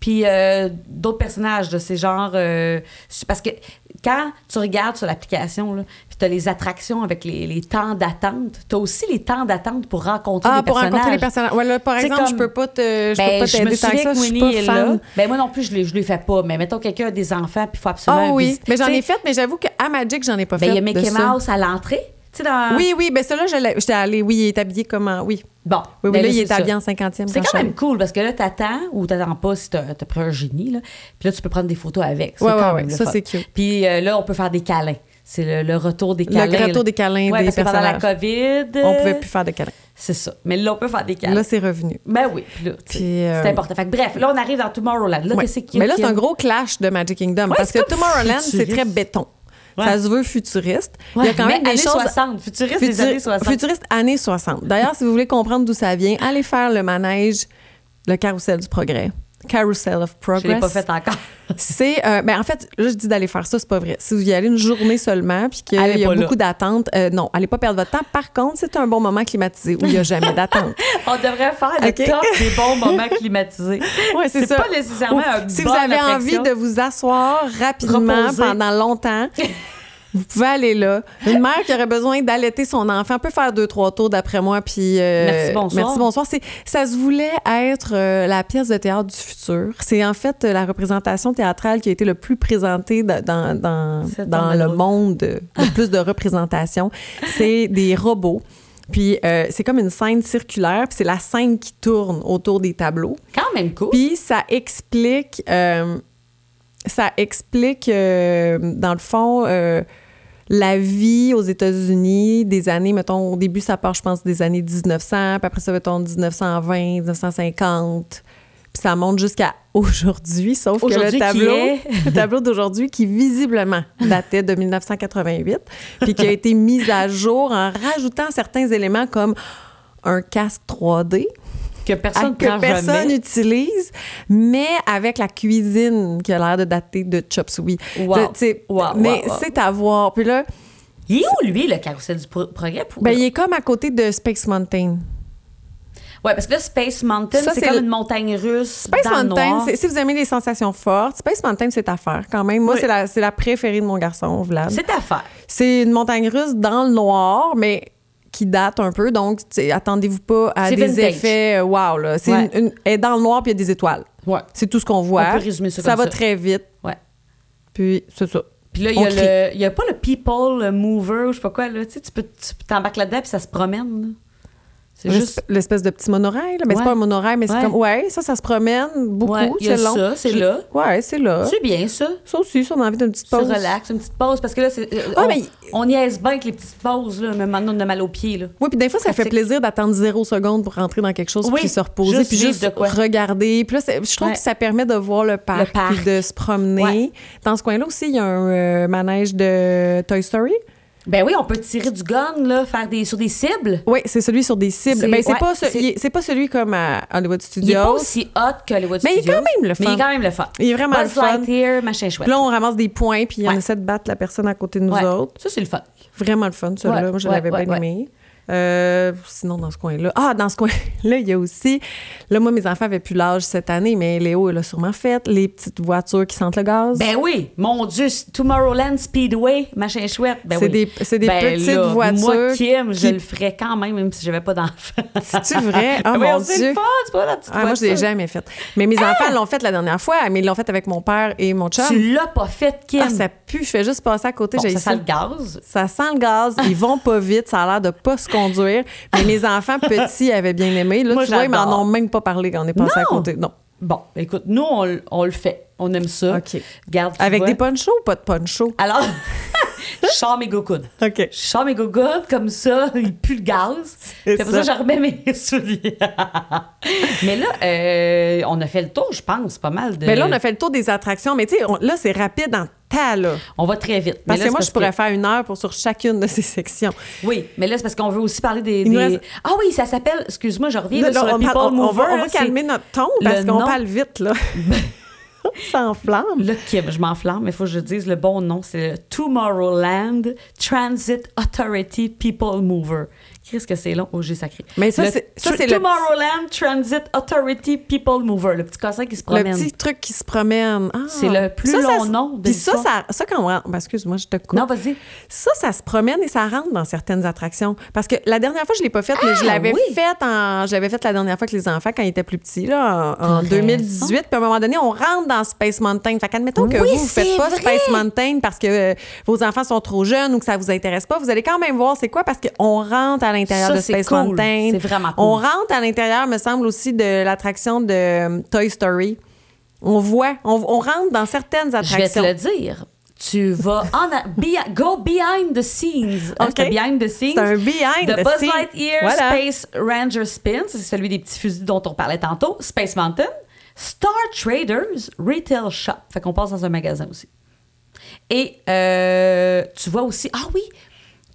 B: Puis euh, d'autres personnages de ces genres. euh, c'est- parce que quand tu regardes sur l'application, là, puis tu as les attractions avec les, les temps d'attente, tu as aussi les temps d'attente pour rencontrer
A: Ah,
B: les
A: pour
B: personnages.
A: rencontrer les personnages. Ouais, là, par
B: C'est
A: exemple, je
B: comme-
A: peux pas te, je peux
B: Ben,
A: pas
B: je me
A: t'aider tant que
B: souviens
A: ça.
B: que
A: Je suis
B: Winnie
A: pas
B: est
A: fan.
B: là. Ben, moi non plus, je ne lui fais pas. Mais mettons, quelqu'un a des enfants, puis il faut absolument.
A: Ah oui,
B: visiter.
A: mais j'en
B: Tu sais,
A: ai fait, mais j'avoue qu'à Magic, j'en ai pas
B: ben,
A: fait.
B: il y a
A: de
B: Mickey
A: ça.
B: Mouse hein. à l'entrée. Tu sais, dans.
A: Oui, oui, ben celui-là, je l'ai- j'étais allée. Oui, il est habillé comment? Oui.
B: Bon.
A: Oui, oui,
B: ben
A: là, il
B: c'est
A: est habillé
B: ça.
A: en 50e.
B: C'est
A: quand
B: quand
A: je
B: même
A: suis
B: cool parce que là, t'attends ou t'attends pas si t'as t'as pris un génie. Là. Puis là, tu peux prendre des photos avec. C'est
A: Ouais, ouais,
B: quand
A: ouais.
B: même le
A: Ça,
B: fun.
A: c'est cute.
B: Puis euh, là, on peut faire des câlins. C'est le, le retour des
A: allée.
B: câlins.
A: Le
B: là.
A: retour des câlins
B: Ouais,
A: des
B: parce que pendant la
A: personnages.
B: COVID.
A: On
B: euh,
A: pouvait plus faire de câlins.
B: C'est ça. Mais là, on peut faire des câlins.
A: Là, c'est revenu.
B: ben oui. puis là, tu sais,
A: Puis, euh,
B: C'est important. Fait que bref, là, on arrive dans Tomorrowland. Là,
A: Ouais.
B: qu'est-ce qu'il y a
A: Mais là, c'est
B: qu'il y a?
A: un gros clash de Magic Kingdom. parce
B: c'est
A: que
B: comme
A: Tomorrowland, c'est
B: futuriste.
A: très béton.
B: Ouais.
A: Ça se veut futuriste. il y a quand
B: Ouais,
A: même
B: mais
A: des
B: années
A: choses
B: 60, futuriste des années 60.
A: Futuriste années 60. D'ailleurs, si vous voulez comprendre d'où ça vient, allez faire le manège, le carrousel du progrès. Carousel of
B: Je l'ai
A: Progress.
B: pas fait encore.
A: C'est. euh, ben, en fait, là, je dis d'aller faire ça, c'est pas vrai. Si vous y allez une journée seulement, puis qu'il
B: Allez
A: y
B: pas
A: a
B: là.
A: beaucoup d'attentes, euh, non, allez pas perdre votre temps. Par contre, c'est un bon moment climatisé où il n'y a jamais d'attente.
B: On devrait faire le
A: Ok.
B: top des bons moments climatisés.
A: Ouais, c'est ça.
B: pas nécessairement
A: Ou
B: un
A: Si
B: bon
A: vous avez
B: attraction.
A: envie de vous asseoir rapidement
B: Reposer.
A: pendant longtemps, vous pouvez aller là. Une mère qui aurait besoin d'allaiter son enfant peut faire deux, trois tours d'après moi. Puis, euh,
B: Merci, bonsoir.
A: Merci, bonsoir. C'est- Ça se voulait être euh, la pièce de théâtre du futur. C'est en fait euh, la représentation théâtrale qui a été le plus présentée da- dans, dans,
B: C'est
A: dans
B: tombé
A: le
B: drôle.
A: monde, euh, le plus de représentations. C'est des robots. Puis euh, c'est comme une scène circulaire, puis c'est la scène qui tourne autour des tableaux.
B: Quand même cool.
A: Puis ça explique, euh, ça explique euh, dans le fond euh, la vie aux États-Unis des années, mettons au début ça part je pense des années 1900, puis après ça mettons 1920, 1950. Puis ça monte jusqu'à aujourd'hui, sauf que
B: Aujourd'hui
A: le
B: qui
A: tableau,
B: est-
A: le tableau d'aujourd'hui qui visiblement datait de 1988, puis qui a été mis à jour en rajoutant certains éléments comme un casque 3D
B: Ah, que personne ne
A: à- que
B: prend
A: personne
B: jamais.
A: utilise, mais avec la cuisine qui a l'air de dater de Chop Suey.
B: Wow.
A: De- tu sais,
B: Wow,
A: mais
B: wow, wow.
A: c'est à voir. Puis là,
B: Il est où, lui, le carrousel du pro- progrès? Pour...
A: ben, il est comme à côté de Space Mountain.
B: Ouais, parce que là, Space Mountain,
A: Ça,
B: c'est
A: c'est
B: comme
A: le-
B: une montagne russe.
A: Space
B: dans le
A: Mountain,
B: noir.
A: c'est- si vous aimez les sensations fortes, Space Mountain, c'est ta affaire quand même. Moi,
B: Oui.
A: c'est la, c'est la préférée de mon garçon, Vlad.
B: C'est ta affaire.
A: C'est une montagne russe dans le noir, mais qui date un peu. Donc, tu sais, attendez-vous pas à
B: C'est
A: des
B: vintage.
A: effets euh, wow. Là. C'est
B: Ouais.
A: une- une- elle est dans le noir, puis il y a des étoiles.
B: Ouais.
A: C'est tout ce qu'on voit.
B: On peut résumer ça
A: Ça
B: comme
A: va
B: ça.
A: très vite.
B: Ouais.
A: Puis, c'est ça.
B: Puis là, il y,
A: On
B: a
A: crie.
B: le... il y a pas le people le mover ou je sais pas quoi. Là. Tu sais, tu peux tu peux t'embarques là-dedans puis ça se promène. là. C'est juste.
A: L'esp- L'espèce de petit monorail, là. Ben, c'est
B: Ouais.
A: pas un monorail, mais c'est
B: Ouais.
A: comme, ouais, ça, ça se promène beaucoup,
B: Ouais, il y a
A: c'est long.
B: ça, c'est
A: Je-
B: là.
A: Ouais, c'est là.
B: C'est bien ça.
A: Ça aussi, ça, on a envie d'une petite
B: Se
A: pause.
B: relaxe, une petite pause, parce que là, c'est, euh,
A: Ah,
B: on,
A: mais-
B: on niaise bien avec les petites pauses, là, mais maintenant, on a mal aux pieds, là.
A: Oui, puis des fois, ça fait
B: Pratique.
A: plaisir d'attendre zéro seconde pour rentrer dans quelque chose,
B: Oui,
A: puis se reposer,
B: juste
A: puis
B: vivre
A: juste
B: de quoi.
A: regarder. Puis là, c'est- je trouve
B: Ouais.
A: que ça permet de voir le parc,
B: parc.
A: puis de se promener.
B: Ouais.
A: Dans ce coin-là aussi, il y a un euh, manège de Toy Story.
B: Ben oui, on peut tirer du gun, là, faire des, sur des cibles.
A: Oui, c'est celui sur des cibles.
B: C'est-
A: Mais c'est
B: ouais,
A: pas, ce-
B: c'est-
A: il est- c'est pas celui comme à Hollywood
B: Il est pas
A: Studios.
B: aussi hot que les Studios.
A: Mais il est quand même le
B: Mais il
A: fun.
B: est quand même le fun.
A: Il est vraiment le
B: Buzz
A: fun.
B: Lightyear, machin chouette.
A: Puis là, on ramasse des points, puis on
B: Ouais.
A: essaie de battre la personne à côté de nous
B: Ouais.
A: autres.
B: Ça, c'est le fun.
A: Vraiment le fun, celui-là.
B: Ouais,
A: Moi, je
B: ouais,
A: l'avais
B: ouais,
A: bien
B: ouais.
A: aimé. Euh, sinon, dans ce coin-là. Ah, dans ce coin-là, il y a aussi. Là, moi, mes enfants avaient plus l'âge cette année, mais Léo, il l'a sûrement fait. Les petites voitures qui sentent le gaz.
B: Ben oui, mon Dieu, c'est Tomorrowland, Speedway, machin chouette. Ben
A: C'est
B: oui.
A: des- c'est des
B: Ben
A: petites
B: là, Moi,
A: voitures
B: Kim, je
A: qui-
B: le ferais quand même, même si j'avais pas d'enfant.
A: C'est-tu vrai? Ah,
B: Ben
A: mon
B: voyons, C'est
A: Dieu.
B: le fun, c'est pas la petite
A: Ah, moi, je l'ai
B: voiture.
A: jamais fait. Mais mes enfants l'ont fait la dernière fois, mais ils l'ont fait avec mon père et mon chum.
B: Ah! Tu l'as pas fait, Kim.
A: Ah, ça pue. Je fais juste passer à côté.
B: Bon,
A: j'ai
B: ça
A: ça.
B: sent le gaz.
A: Ça sent le gaz, ils vont pas vite, ça a l'air de pas se conduire. Mais mes enfants petits avaient bien aimé. Là,
B: Moi,
A: tu vois, ils m'en
B: j'adore.
A: ont même pas parlé quand on est passé à
B: Non!
A: côté. Non.
B: Bon, ben écoute, nous, on, l- on le fait. On aime ça.
A: OK.
B: Garde,
A: Avec des ponchos ou pas de ponchos?
B: Alors, je sors mes go-coudes.
A: OK.
B: Je sors mes go-coudes, comme ça, il pue le gaz. C'est pour ça que je remets mes souliers. Mais là, euh, on a fait le tour, je pense, pas mal. De...
A: Mais là, on a fait le tour des attractions, mais tu sais, on- là, c'est rapide en tas, là.
B: On va très vite.
A: Parce
B: Mais là,
A: que
B: c'est
A: moi, je pourrais faire une heure pour sur chacune de ces sections.
B: Oui, mais là, c'est parce qu'on veut aussi parler des.
A: Il nous
B: des-
A: reste-
B: Ah oui, ça s'appelle. Excuse-moi, je reviens
A: Là,
B: là, sur
A: là,
B: le
A: on, parle-
B: People
A: on- on
B: Mover.
A: va, on va
B: hein, c'est
A: calmer notre ton
B: le
A: parce qu'on
B: nom.
A: parle vite, là. on s'enflamme.
B: Là, Kim, je m'enflamme, mais il faut que je dise le bon nom. C'est le Tomorrowland Transit Authority People Mover. Qu'est-ce que c'est long? Oh, j'ai sacré.
A: Mais ça,
B: Le
A: c'est- ça,
B: tr-
A: c'est le
B: Tomorrowland Transit Authority People Mover. Le petit cassin qui se
A: Le
B: promène.
A: petit truc qui se promène. Ah.
B: C'est le plus
A: Ça, ça
B: long
A: se-
B: nom de
A: Puis ça,
B: l'histoire.
A: ça, ça, quand on... ben, excuse-moi, je te coupe.
B: Non, vas-y.
A: Ça, ça se promène et ça rentre dans certaines attractions. Parce que la dernière fois, je ne l'ai pas faite, mais je
B: Ah,
A: l'avais
B: oui.
A: faite en. Je l'avais faite la dernière fois avec les enfants quand ils étaient plus petits, là, en, en
B: T'as
A: 2018. Puis à un moment donné, on rentre dans Space Mountain. Fait qu'admettons que
B: Oui,
A: vous ne faites
B: c'est
A: pas
B: vrai.
A: Space Mountain parce que euh, vos enfants sont trop jeunes ou que ça vous intéresse pas, vous allez quand même voir c'est quoi parce qu'on rentre à l'intérieur
B: Ça,
A: de
B: c'est
A: Space
B: cool.
A: Mountain.
B: C'est vraiment cool.
A: On rentre à l'intérieur, me semble, aussi de l'attraction de euh, Toy Story. On voit, on, on rentre dans certaines
B: Je vais te
A: attractions.
B: le dire. Tu vas en a- behi- go behind the scenes. Hein,
A: OK.
B: c'est un behind the scenes.
A: C'est un behind
B: The
A: the
B: Buzz
A: scenes.
B: Lightyear
A: Voilà.
B: Space Ranger Spin, c'est celui des petits fusils dont on parlait tantôt. Space Mountain, Star Traders Retail Shop. Fait qu'on passe dans un magasin aussi. Et euh, tu vois aussi, ah oui,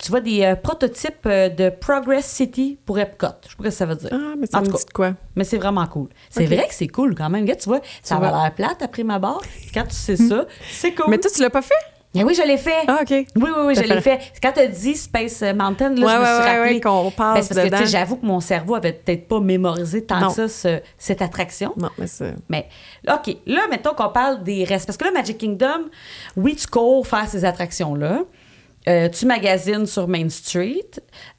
B: tu vois des euh, prototypes euh, de Progress City pour Epcot. Je sais pas ce que ça veut dire.
A: Ah, mais ça
B: En
A: me
B: tout
A: dit de quoi?
B: mais c'est vraiment cool. C'est
A: Ok.
B: vrai que c'est cool quand même. Regarde, tu vois, ça
A: vois.
B: va l'air plate après ma barre. Quand tu sais ça, c'est cool.
A: Mais toi, tu l'as pas fait?
B: Eh oui, je l'ai fait.
A: Ah, OK.
B: Oui, oui, oui, je
A: T'as
B: l'ai fait. Quand tu as dit Space Mountain, là, je me suis
A: Ouais, ouais, ouais,
B: rappelé.
A: ouais, qu'on passe
B: Ben, c'est parce que,
A: dedans.
B: tu sais, j'avoue que mon cerveau avait peut-être pas mémorisé tant
A: Non.
B: que ça ce- cette attraction.
A: Non, mais c'est.
B: Mais, OK, là, mettons qu'on parle des restes. Parce que là, Magic Kingdom, oui, tu cours faire ces attractions-là. Euh, tu magasines sur Main Street.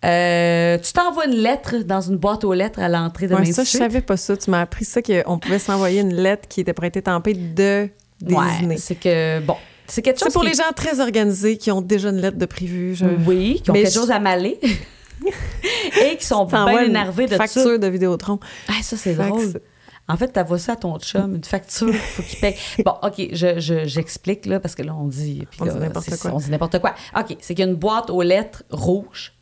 B: Euh, tu t'envoies une lettre dans une boîte aux lettres à l'entrée de
A: Ouais,
B: Main
A: ça, je
B: Street.
A: savais pas ça. Tu m'as appris ça qu'on pouvait s'envoyer une lettre qui était prêtée tempée de
B: Ouais,
A: Disney.
B: c'est que, Mm-hmm. bon, c'est quelque chose.
A: c'est pour
B: qui- euh,
A: les gens très organisés qui ont déjà une lettre de prévu. Je...
B: Oui, qui ont
A: Mais
B: quelque
A: je-
B: chose à m'aller. et qui sont bien
A: T'envoies une
B: énervés de
A: facture
B: ça.
A: de Vidéotron.
B: Ah, ça, c'est
A: Fax.
B: drôle. En fait, t'as ça à ton chum, une facture, faut qu'il paye. Bon, OK, je- je- j'explique, là, parce que là, on dit... puis
A: On
B: là,
A: dit n'importe
B: c'est-
A: quoi.
B: On dit n'importe quoi. OK, c'est qu'il y a une boîte aux lettres rouges.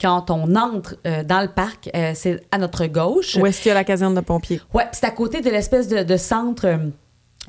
B: Quand on entre euh, dans le parc, euh, c'est à notre gauche.
A: Où est-ce qu'il y a la caserne de pompiers?
B: Ouais, puis c'est à côté de l'espèce de, de centre euh,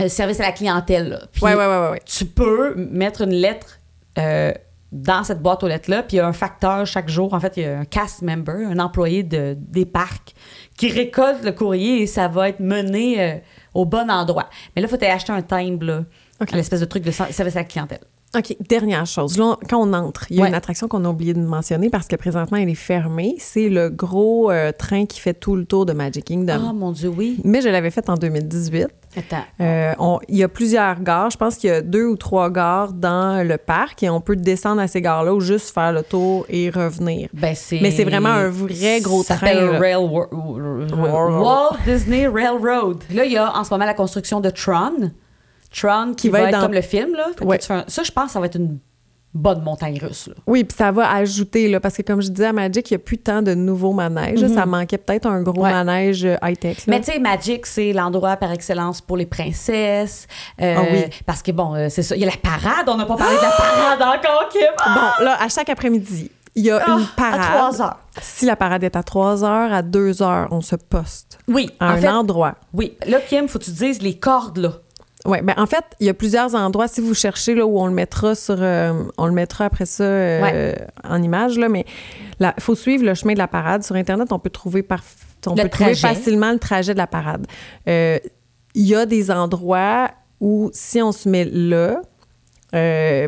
B: euh, service à la clientèle. là. Puis
A: Ouais, ouais, ouais, ouais, ouais.
B: Tu peux mettre une lettre euh, dans cette boîte aux lettres-là, puis il y a un facteur chaque jour. En fait, il y a un cast member, un employé de, des parcs, qui récolte le courrier et ça va être mené euh, au bon endroit. Mais là, il faut aller acheter un timbre, là,
A: OK.
B: à l'espèce de truc de cen- service à la clientèle.
A: OK, dernière chose. Là, on- quand on entre, il y a
B: Ouais.
A: une attraction qu'on a oublié de mentionner parce que présentement, elle est fermée. C'est le gros euh, train qui fait tout le tour de Magic
B: Ah,
A: Kingdom.
B: mon Dieu, oui.
A: Mais je l'avais faite en 2018.
B: Attends.
A: Euh, on- Il y a plusieurs gares. Je pense qu'il y a deux ou trois gares dans le parc et on peut descendre à ces gares-là ou juste faire le tour et revenir.
B: Ben, c'est...
A: Mais c'est vraiment un vrai gros
B: ça
A: train,
B: s'appelle
A: là.
B: Railwo-
A: Railroad.
B: Walt Disney Railroad. Là, il y a en ce moment la construction de Tron. Tron qui, va, être
A: dans-
B: comme le film. Là. Fait que
A: Ouais.
B: tu fais un- Ça, je pense, ça va être une bonne montagne russe. là.
A: Oui, puis ça va ajouter, là, parce que comme je disais à Magic, il n'y a plus tant de nouveaux manèges. là. Ça manquait peut-être un gros
B: Mhm. Ouais.
A: manège euh, high-tech. là.
B: Mais tu sais, Magic, c'est l'endroit par excellence pour les princesses. euh,
A: Ah oui.
B: Parce que bon, euh, c'est ça. Il y a la parade. On n'a pas parlé de la parade encore, Kim. Ah!
A: Bon, là, à chaque après-midi, il y a
B: Ah,
A: une parade.
B: À 3 heures.
A: Si la parade est à 3 heures, à 2 heures, on se poste
B: Oui.
A: à
B: en
A: un
B: fait,
A: endroit.
B: Oui. Là, Kim, faut que tu dises les cordes, là.
A: Ouais, ben en fait, il y a plusieurs endroits si vous cherchez là où on le mettra sur euh, on le mettra après ça euh, en image là mais il faut suivre le chemin de la parade sur internet, on peut trouver parf- on
B: Le
A: peut trouver
B: trajet.
A: facilement le trajet de la parade. Euh, il y a des endroits où si on se met là euh,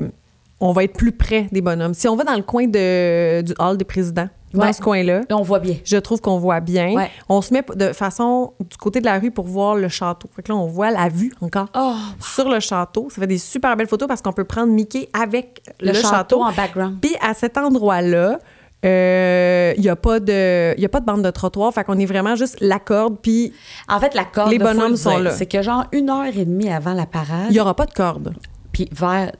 A: on va être plus près des bonhommes. Si on va dans le coin de, du hall des présidents,
B: Ouais.
A: dans ce coin-là,
B: Là, on voit bien.
A: je trouve qu'on voit bien.
B: Ouais.
A: On se met de façon du côté de la rue pour voir le château. Fait que là, on voit la vue encore
B: Oh,
A: sur le château. Ça fait des super belles photos parce qu'on peut prendre Mickey avec le,
B: le, château,
A: château.
B: en background.
A: Puis à cet endroit-là, il n'y a, pas de- y a pas de bande de trottoir. Fait qu'on est vraiment juste la corde, puis
B: En fait, la corde,
A: Les
B: là, faut
A: bonhommes
B: le
A: sont
B: dire,
A: là.
B: C'est que genre une heure et demie avant la parade,
A: il n'y aura pas de corde.
B: puis vers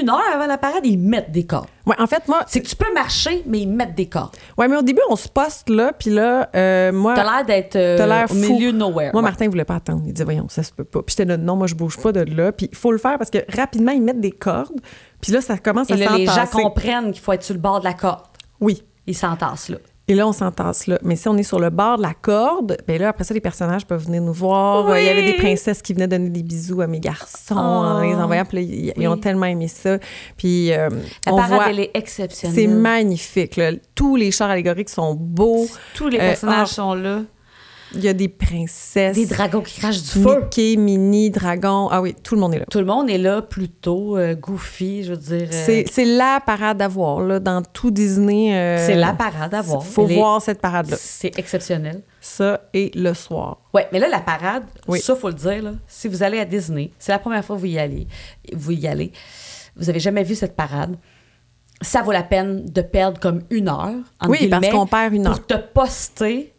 B: une heure avant la parade, ils mettent des cordes.
A: Ouais, en fait, moi,
B: C'est que tu peux marcher, mais ils mettent des cordes.
A: ouais, mais au début, on se poste là, puis là, euh, moi.
B: T'as l'air d'être euh,
A: T'as l'air
B: au
A: fou.
B: milieu de nowhere.
A: Moi,
B: Ouais.
A: Martin, il voulait pas attendre. Il dit, voyons, ça se peut pas. Puis j'étais là, non, moi, je bouge pas de là. Puis il faut le faire parce que rapidement, ils mettent des cordes. Puis là, ça commence
B: Et
A: à
B: là, les gens
A: s'entasser.
B: comprennent qu'il faut être sur le bord de la corde.
A: Oui.
B: Ils s'entassent là.
A: Et là, on s'entasse là. Mais si on est sur le bord de la corde, ben là, après ça, les personnages peuvent venir nous voir.
B: Oui. Ah.
A: Euh, Il y avait des princesses qui venaient donner des bisous à mes garçons en les envoyant. Puis là, ils, ils ont
B: Oui.
A: tellement aimé ça. Puis euh,
B: La
A: on
B: parade,
A: voit,
B: elle est
A: c'est
B: exceptionnelle.
A: magnifique. là. Tous les chars allégoriques sont beaux.
B: Tous les
A: Euh,
B: personnages
A: or-
B: sont là.
A: Il y a des princesses.
B: Des dragons qui crachent du feu.
A: Mickey, Minnie, Dragon. Ah oui, tout le monde est là.
B: Tout le monde est là plutôt euh, goofy, je veux dire. euh,
A: C'est c'est la parade à voir là, dans tout Disney. euh,
B: c'est la parade à voir.
A: Faut
B: Elle est-
A: voir cette parade-là.
B: C'est exceptionnel.
A: Ça et le soir.
B: Ouais, mais là, la parade,
A: Oui.
B: ça, faut le dire, là, si vous allez à Disney, c'est la première fois que vous y allez, vous y allez, vous avez jamais vu cette parade, ça vaut la peine de perdre comme une heure, entre
A: Oui, parce
B: guillemets,
A: qu'on perd une heure.
B: Pour te poster,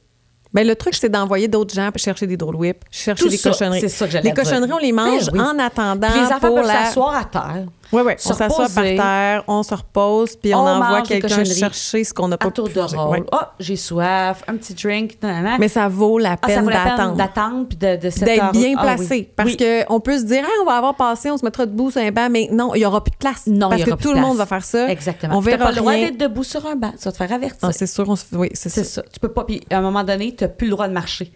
A: Mais Ben, le truc, c'est d'envoyer d'autres gens chercher des drôles whips, chercher
B: Tout
A: des
B: ça,
A: cochonneries.
B: c'est ça que j'allais
A: les
B: dire.
A: cochonneries, on les mange
B: Ben oui.
A: en attendant
B: Puis les enfants
A: pour
B: peuvent
A: la...
B: s'asseoir à terre.
A: Ouais, ouais.
B: se
A: On s'assoit par
B: reposer.
A: terre, on se repose, puis on,
B: On
A: envoie
B: mange des
A: quelqu'un
B: cochonneries.
A: chercher ce qu'on n'a pas
B: à tour
A: pu
B: de
A: manger.
B: rôle.
A: Ouais.
B: Oh, j'ai soif, un petit drink, nanana.
A: Mais ça vaut la
B: Ah, ça
A: peine
B: vaut la peine
A: d'attendre.
B: d'attendre puis de, de cette
A: D'être
B: heure-
A: bien
B: Ah,
A: placé.
B: oui.
A: Parce
B: Oui.
A: que on peut se dire, ah, on va avoir passé, on se mettra debout sur un banc, mais non, il n'y aura plus de place.
B: non, il
A: parce
B: y
A: que
B: aura plus
A: tout
B: de
A: le monde va
B: place.
A: faire ça.
B: Exactement.
A: On
B: Puis t'as
A: verra
B: pas le droit
A: rien.
B: d'être debout sur un banc, tu vas te faire avertir.
A: Non, c'est sûr, on se- oui, c'est
B: C'est
A: ça.
B: ça. Tu peux pas. Puis à un moment donné, tu n'as plus le droit de marcher.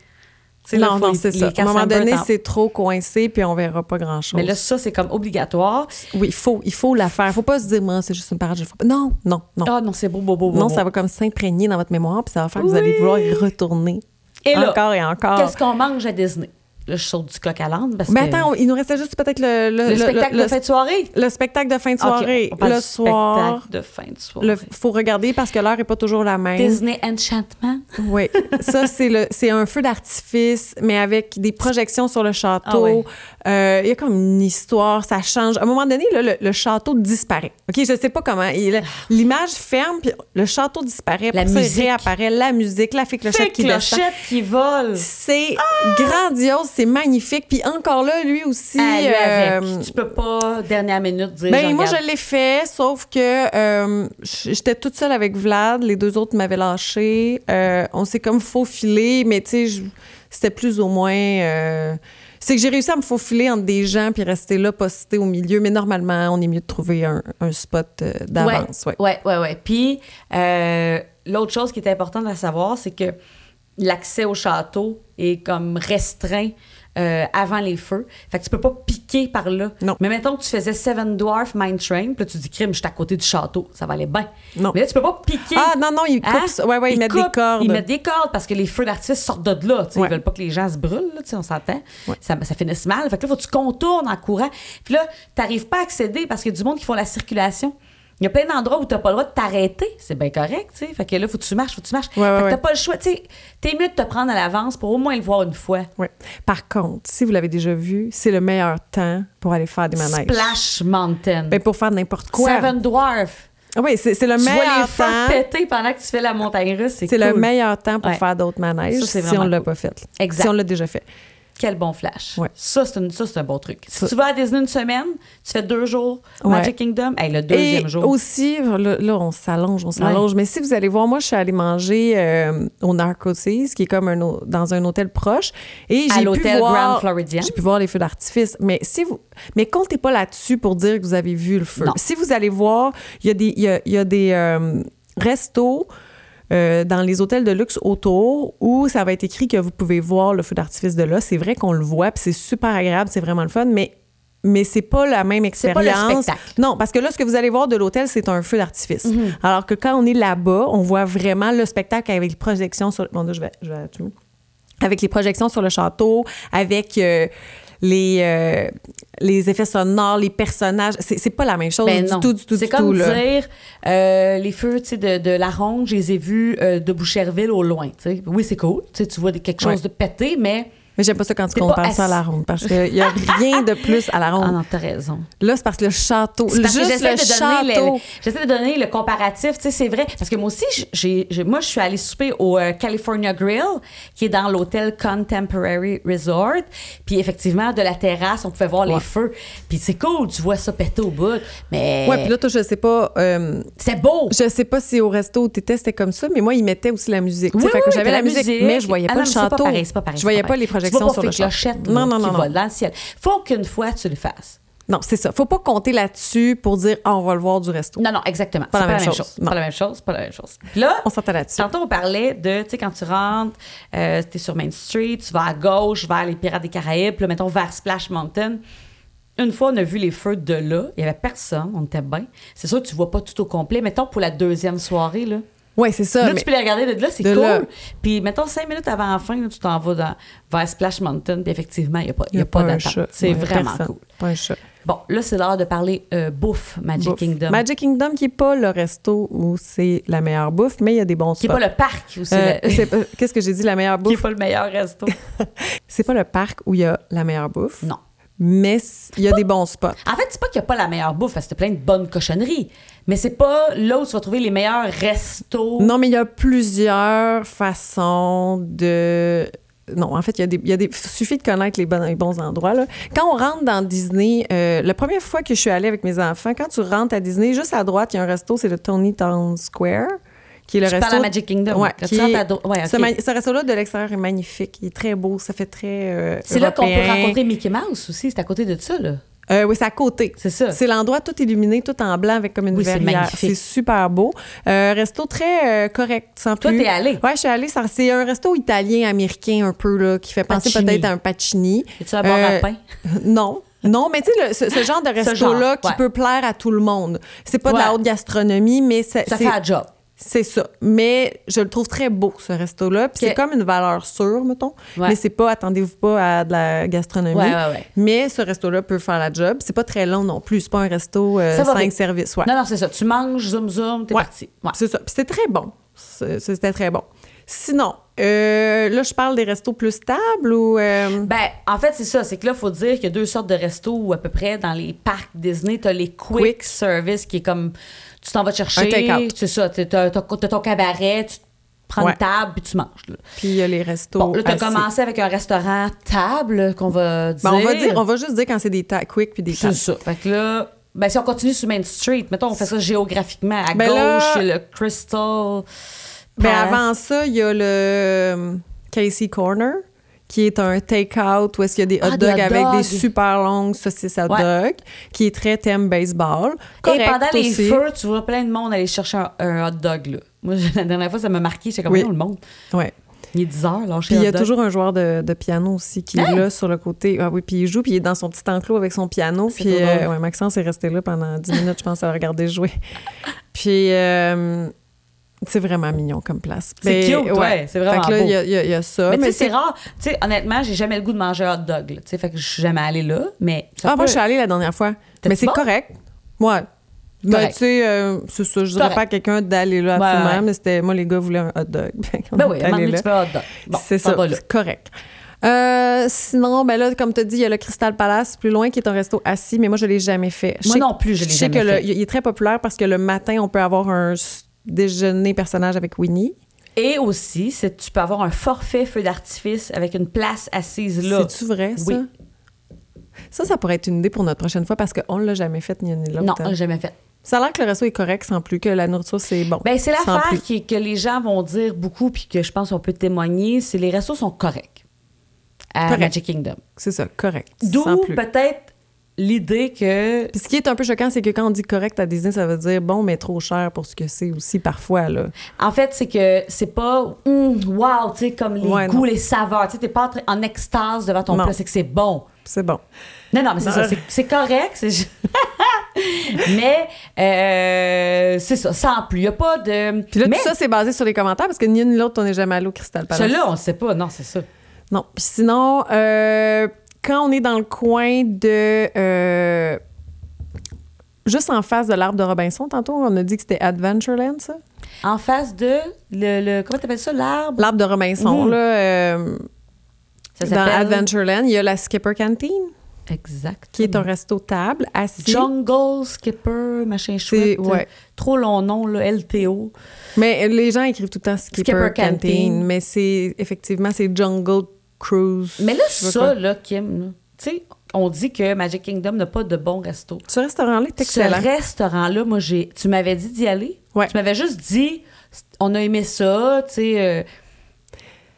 B: Tu sais, là,
A: Non,
B: faut
A: non,
B: les-
A: c'est
B: les
A: ça. À un moment
B: Casper
A: donné,
B: Town.
A: c'est trop coincé, puis on verra pas grand-chose.
B: Mais là, ça, c'est comme obligatoire.
A: Oui, il faut, il faut la faire. faut pas se dire, moi, c'est juste une parade. je le ferai pas. Non, non, non.
B: Ah non, c'est beau, beau, beau, beau.
A: non,
B: beau.
A: ça va comme s'imprégner dans votre mémoire, puis ça va faire que vous
B: Oui.
A: allez vouloir y retourner.
B: Et là,
A: encore et encore.
B: Qu'est-ce qu'on mange à Disney? Là, je saute du coq à l'âne parce
A: Mais
B: que
A: attends, il nous restait juste peut-être le,
B: le, spectacle
A: le-
B: de fin de soirée.
A: le spectacle de fin de
B: Ok, on
A: soirée.
B: parle
A: le
B: du
A: soir.
B: spectacle de fin de soirée.
A: Il faut regarder parce que l'heure n'est pas toujours la même.
B: Disney Enchantment.
A: Oui. Ça, c'est le c'est un feu d'artifice, mais avec des projections sur le château.
B: Ah ouais.
A: Euh, il y a comme une histoire, ça change. À un moment donné, là, le, le château disparaît. OK, je sais pas comment. Il- L'image ferme, puis le château disparaît.
B: Ah. La
A: Puis ça, il
B: musique.
A: réapparaît la musique, la fée clochette
B: Fais
A: qui descend.
B: clochette Ah! qui vole.
A: C'est grandiose, c'est magnifique. Puis encore là, lui aussi...
B: Ah, lui avec.
A: euh,
B: Tu peux pas, dernière minute, dire.
A: ben, moi,
B: regarde.
A: je l'ai fait, sauf que euh, j- j'étais toute seule avec Vlad. Les deux autres m'avaient lâché. Euh, on s'est comme faufilé, mais tu sais, je- c'était plus ou moins. euh, c'est que j'ai réussi à me faufiler entre des gens puis rester là, poster au milieu. Mais normalement, on est mieux de trouver un, un spot euh, d'avance. Ouais.
B: Ouais, ouais, ouais. Puis, euh, l'autre chose qui est importante à savoir, c'est que l'accès au château est comme restreint euh, avant les feux. Fait que tu peux pas piquer par là.
A: Non.
B: Mais mettons que tu faisais Seven Dwarf Mine Train, puis là, tu dis, crime, je suis à côté du château. Ça va aller bien.
A: Non.
B: Mais là, tu peux pas piquer.
A: Ah, non, non, ils coupent.
B: Hein?
A: ça. Ouais, ouais, ils, mettent
B: coupent,
A: des cordes.
B: Ils mettent des cordes parce que les feux d'artifice sortent de là. tu sais,
A: Ouais.
B: Ils veulent pas que les gens se brûlent, là, tu sais, on s'entend.
A: Ouais.
B: Ça, ça finisse mal. Fait que là, faut que tu contournes en courant. Puis là, t'arrives pas à accéder parce qu'il y a du monde qui font la circulation. Il y a plein d'endroits où t'as pas le droit de t'arrêter. C'est bien correct, tu sais. Fait que là, faut que tu marches, faut que tu marches.
A: Ouais, ouais,
B: fait que t'as
A: ouais.
B: pas le choix. Tu sais, t'es mieux de te prendre à l'avance pour au moins le voir une fois.
A: Ouais. Par contre, si vous l'avez déjà vu, c'est le meilleur temps pour aller faire des manèges.
B: Splash Mountain.
A: Ben, pour faire n'importe quoi.
B: Seven Dwarf.
A: Oui, c'est c'est le
B: Tu vois
A: meilleur
B: les feux
A: temps.
B: péter pendant que tu fais la montagne russe.
A: C'est le
B: cool.
A: meilleur temps pour
B: Ouais.
A: faire d'autres manèges
B: Ça, c'est
A: si on
B: vraiment
A: l'a
B: cool.
A: pas fait.
B: Exact.
A: Si on l'a déjà fait.
B: Quel bon flash.
A: Ouais.
B: Ça, c'est une- ça, c'est un bon truc. Si
A: Ça-
B: tu vas à Disney une semaine, tu fais deux jours
A: Ouais.
B: Magic Kingdom, hey, le deuxième
A: Et
B: jour.
A: aussi, là, là, on s'allonge, on s'allonge. Mais si vous allez voir, moi, je suis allée manger euh, au Narcosis, qui est comme un, au- dans un hôtel proche. Et
B: À
A: j'ai pu
B: l'hôtel Grand
A: voir,
B: Floridian.
A: J'ai pu voir les feux d'artifice. Mais si vous, mais comptez pas là-dessus pour dire que vous avez vu le feu.
B: Non.
A: Si vous allez voir, il y a des, il y a- il y a des euh, restos. euh, dans les hôtels de luxe autour où ça va être écrit que vous pouvez voir le feu d'artifice de là. C'est vrai qu'on le voit, puis c'est super agréable, c'est vraiment le fun, mais, mais c'est pas la même
B: C'est pas le
A: expérience.
B: spectacle. Mm-hmm.
A: Non, parce que là, ce que vous allez voir de l'hôtel, c'est un feu d'artifice. Alors que quand on est là-bas, on voit vraiment le spectacle avec les projections sur. Mon Dieu, je vais. je vais tout- Avec les projections sur le château, avec. euh, les, euh, les effets sonores, les personnages, c'est c'est pas la même chose
B: Ben
A: du
B: non.
A: tout, du tout,
B: C'est
A: du
B: comme
A: tout. là.
B: dire euh, les feux tu sais, de, de la ronde, je les ai vus euh, de Boucherville au loin. tu sais. Oui, c'est cool. Tu sais, tu vois des- quelque chose
A: Ouais.
B: de pété, mais.
A: Mais j'aime pas ça quand
B: T'es
A: on
B: pas
A: parle ça à la
B: assis.
A: ronde, parce qu'il y a rien de plus à la
B: Ah
A: ronde.
B: non, t'as raison.
A: Là, c'est parce que le château,
B: C'est parce que
A: juste
B: j'essaie
A: le
B: de, donner
A: château.
B: le- j'essaie de donner le comparatif, tu sais, c'est vrai. Parce que moi aussi, j'ai, j'ai- moi, je suis allée souper au euh, California Grill, qui est dans l'hôtel Contemporary Resort. Puis effectivement, de la terrasse, on pouvait voir
A: Ouais.
B: les feux. Puis c'est cool, tu vois ça péter au bout. Mais
A: Ouais, puis là, toi, je sais pas. euh,
B: c'est beau.
A: Je sais pas si au resto où t'étais, c'était comme ça, mais moi, ils mettaient aussi la musique. tu sais,
B: Oui,
A: fait que
B: oui,
A: j'avais
B: t'as
A: la musique, mais je voyais pas
B: Ah non,
A: le
B: mais c'est
A: château.
B: pareil, c'est pas pareil,
A: je
B: c'est
A: voyais pas
B: pareil.
A: les
B: Tu
A: projections
B: vois
A: sur
B: pas
A: le
B: faire
A: château.
B: clochette,
A: Non, non, non,
B: qui
A: non.
B: vole dans le ciel. Faut qu'une fois tu le fasses.
A: Non, c'est ça. Faut pas compter là-dessus pour dire Ah, on va le voir du resto.
B: Non, non, exactement.
A: Pas
B: C'est
A: la même chose. Non.
B: Pas la même chose. Pas la même chose. Puis là,
A: On s'entend là-dessus.
B: Tantôt, on parlait de, tu sais, quand tu rentres, euh, t'es sur Main Street, tu vas à gauche vers les Pirates des Caraïbes, puis là, mettons vers Splash Mountain. Une fois, on a vu les feux de là. Il n'y avait personne. On était bien. C'est sûr, tu vois pas tout au complet. Mettons pour la deuxième soirée, là.
A: Ouais, c'est ça.
B: Là,
A: Ah, mais-
B: tu peux les regarder de là, c'est
A: de
B: cool.
A: là.
B: Puis, mettons, cinq minutes avant la fin, là, tu t'en vas dans- vers Splash Mountain, puis effectivement, il n'y a pas, il y a pas
A: un
B: d'attente.
A: chat.
B: C'est
A: Ouais,
B: vraiment
A: personne.
B: cool.
A: Pas un chat.
B: Bon, là, c'est l'heure de parler euh, bouffe Magic
A: Bouffe.
B: Kingdom.
A: Magic Kingdom, qui est pas le resto où c'est la meilleure bouffe, mais il y a des bons
B: qui n'est
A: spots.
B: pas le parc où
A: Euh,
B: c'est le-
A: c'est pas- Qu'est-ce que j'ai dit, la meilleure
B: qui n'est
A: bouffe?
B: pas le meilleur resto.
A: C'est pas le parc où il y a la meilleure bouffe,
B: non.
A: mais c- il y a des bons spots.
B: En fait, c'est pas qu'il n'y a pas la meilleure bouffe, parce que t'as plein de bonnes cochonneries. Mais c'est pas là où tu vas trouver les meilleurs restos.
A: Non, mais il y a plusieurs façons de. Non, en fait, il y a des. il Y a des... suffit de connaître les bons, les bons endroits. Là. Quand on rentre dans Disney, euh, la première fois que je suis allée avec mes enfants, quand tu rentres à Disney, juste à droite, il y a un resto, c'est le Tony Town Square, qui est le
B: Tu
A: resto.
B: parles à Magic Kingdom.
A: Ouais,
B: Quand
A: qui
B: tu rentres
A: est-
B: à dro- ouais,
A: Ce,
B: ok.
A: ma- ce resto-là de l'extérieur est magnifique. Il est très beau. Ça fait très. euh,
B: C'est là qu'on peut
A: européen.
B: rencontrer Mickey Mouse aussi. C'est à côté de ça, là.
A: Euh, oui, c'est à côté.
B: C'est ça.
A: C'est l'endroit tout illuminé, tout en blanc avec comme une
B: Oui, c'est
A: verrière.
B: magnifique.
A: C'est super beau. Euh, resto très euh, correct, sans
B: Toi,
A: plus.
B: t'es allée.
A: Ouais, je suis allée. Ça- C'est un resto italien américain un peu là, qui fait penser
B: Pacini.
A: peut-être à un pacini. Euh,
B: Es-tu un bon lapin?
A: Non. Non, mais tu sais, le- ce, ce genre de resto-là
B: genre,
A: qui
B: ouais.
A: peut plaire à tout le monde. C'est pas de la
B: Ouais.
A: haute gastronomie, mais ça,
B: Ça
A: c'est-
B: fait un job.
A: c'est ça. Mais je le trouve très beau, ce resto-là. Puis
B: Ok.
A: c'est comme une valeur sûre, mettons.
B: Ouais.
A: Mais c'est pas, attendez-vous pas à de la gastronomie.
B: Ouais, ouais, ouais.
A: Mais ce resto-là peut faire la job. C'est pas très long non plus. C'est pas un resto euh,
B: Ça va
A: cinq
B: vite.
A: services. Ouais.
B: Non, non, c'est ça. Tu manges, zoom, zoom, t'es
A: Ouais.
B: parti. Ouais.
A: C'est ça. Puis c'était très bon. C'est- C'était très bon. Sinon, euh, là, je parle des restos plus stables ou. euh,
B: Ben, en fait, c'est ça. C'est que là, faut dire qu'il y a deux sortes de restos où, à peu près, dans les parcs Disney, t'as les quick,
A: Quick.
B: service qui est comme tu t'en vas te chercher.
A: Un take-out.
B: C'est ça. T'as t'as- t'as ton cabaret, tu prends
A: Ouais.
B: une table, puis tu manges. là.
A: Puis il y a les restos.
B: Bon, là, t'as
A: assis.
B: commencé avec un restaurant table qu'on va dire.
A: Ben, on va dire, on va juste dire quand c'est des ta- quick puis des
B: C'est
A: tables.
B: ça. Fait que là, ben, si on continue sur Main Street, mettons, on fait ça géographiquement. À
A: Ben
B: gauche,
A: là-
B: il y a le Crystal.
A: Ben
B: Palace.
A: avant ça, il y a le euh, Casey Corner qui est un take-out où est-ce qu'il y a des hot
B: Ah, des
A: dogs
B: hot
A: avec des
B: dogs.
A: super longues saucisses hot
B: Ouais.
A: dogs qui est très thème baseball.
B: Et
A: Correct
B: pendant les
A: aussi.
B: feux, tu vois plein de monde aller chercher un, un hot dog, là. Moi, la dernière fois, ça m'a marqué. J'étais comme,
A: Oui.
B: non, le monde.
A: Ouais.
B: Il est 10 heures, là,
A: Puis il y a toujours un joueur de, de piano aussi qui
B: Hein?
A: est là sur le côté. Ah oui, puis il joue, puis il est dans son petit enclos avec son piano.
B: C'est
A: Puis
B: trop drôle.
A: euh, ouais, Maxence est resté là pendant 10 minutes, je pense, à le regarder jouer. Puis euh, c'est vraiment mignon comme place.
B: C'est
A: Ben,
B: cute, ouais, c'est vraiment
A: Fait que là,
B: beau.
A: il y a- il y, a- il y a ça.
B: Mais, tu sais,
A: c'est-
B: c'est rare. Tu sais, honnêtement, j'ai jamais le goût de manger un hot dog, là. Tu sais, fait que je suis jamais allée là. Mais ça
A: Ah, moi,
B: peut-
A: je suis allée la dernière fois.
B: T'as-tu
A: Mais c'est
B: bon?
A: correct. Ouais. Ben,
B: Correct.
A: tu sais, euh, c'est ça. Je dirais
B: Correct.
A: pas à quelqu'un d'aller là
B: Ouais,
A: absolument,
B: ouais.
A: mais c'était. Moi, les gars voulaient un hot dog. On
B: Ben
A: est
B: oui,
A: allés
B: maintenant,
A: là.
B: tu peux un hot dog. Bon,
A: c'est
B: t'en
A: ça.
B: vas là.
A: C'est correct. Euh, sinon, ben là, comme tu dis, il y a le Crystal Palace plus loin qui est un resto assis, mais moi, je l'ai jamais fait. Je
B: Moi
A: sais-
B: non plus, je l'ai
A: sais
B: jamais
A: que
B: fait.
A: le- il est très populaire parce que le matin, on peut avoir un s- déjeuner personnage avec Winnie.
B: Et aussi, c'est tu peux avoir un forfait feu d'artifice avec une place assise là.
A: C'est-tu vrai, ça?
B: Oui.
A: Ça, ça pourrait être une idée pour notre prochaine fois parce qu'on ne l'a jamais fait, ni une ni l'autre. hein.
B: Non, j'ai jamais fait.
A: Ça a l'air que le resto est correct sans plus, que la nourriture, c'est bon.
B: Ben, c'est
A: Sans
B: l'affaire
A: plus.
B: qui- que les gens vont dire beaucoup, puis que je pense qu'on peut témoigner, c'est les restos sont corrects à
A: Correct.
B: Magic Kingdom.
A: C'est ça, correct.
B: D'où
A: sans plus.
B: peut-être l'idée que...
A: Puis ce qui est un peu choquant, c'est que quand on dit correct à Disney, ça veut dire bon, mais trop cher pour ce que c'est aussi parfois, là.
B: En fait, c'est que c'est pas Hum, wow », tu sais, comme les
A: Ouais,
B: goûts,
A: non.
B: les saveurs. Tu sais, t'es pas en train- en extase devant ton
A: Non.
B: plat, c'est que c'est bon.
A: C'est bon.
B: Non, non, mais c'est
A: Non.
B: ça, c'est- c'est correct. c'est ju- mais euh, c'est ça, sans plus. Il n'y a pas de...
A: Puis là,
B: mais
A: tout ça, c'est basé sur les commentaires parce que ni une ni l'autre, on n'est jamais allé au Crystal Palace.
B: celui-là, on ne sait pas. Non, c'est ça.
A: Non. Puis sinon, euh, quand on est dans le coin de. euh, juste en face de l'arbre de Robinson, tantôt, on a dit que c'était Adventureland, ça?
B: En face de... Le, le- comment t'appelles ça? L'arbre?
A: L'arbre de Robinson,
B: Mhm.
A: là. euh,
B: Ça
A: dans
B: s'appelle-
A: Adventureland, il y a la Skipper Canteen,
B: Exact.
A: qui est un resto table, assis.
B: Jungle Skipper, machin
A: C'est-
B: chouette.
A: ouais.
B: Trop long nom, là, LTO.
A: Mais les gens écrivent tout le temps Skipper,
B: Skipper
A: Canteen,
B: Canteen.
A: mais c'est effectivement c'est Jungle Cruise.
B: Mais là,
A: je sais pas
B: ça,
A: quoi.
B: là, Kim, là, tu sais, on dit que Magic Kingdom n'a pas de bons restos.
A: ce restaurant-là est excellent.
B: Ce restaurant-là, moi, j'ai, tu m'avais dit d'y aller.
A: Ouais.
B: Tu m'avais juste dit, on a aimé ça, tu sais. euh,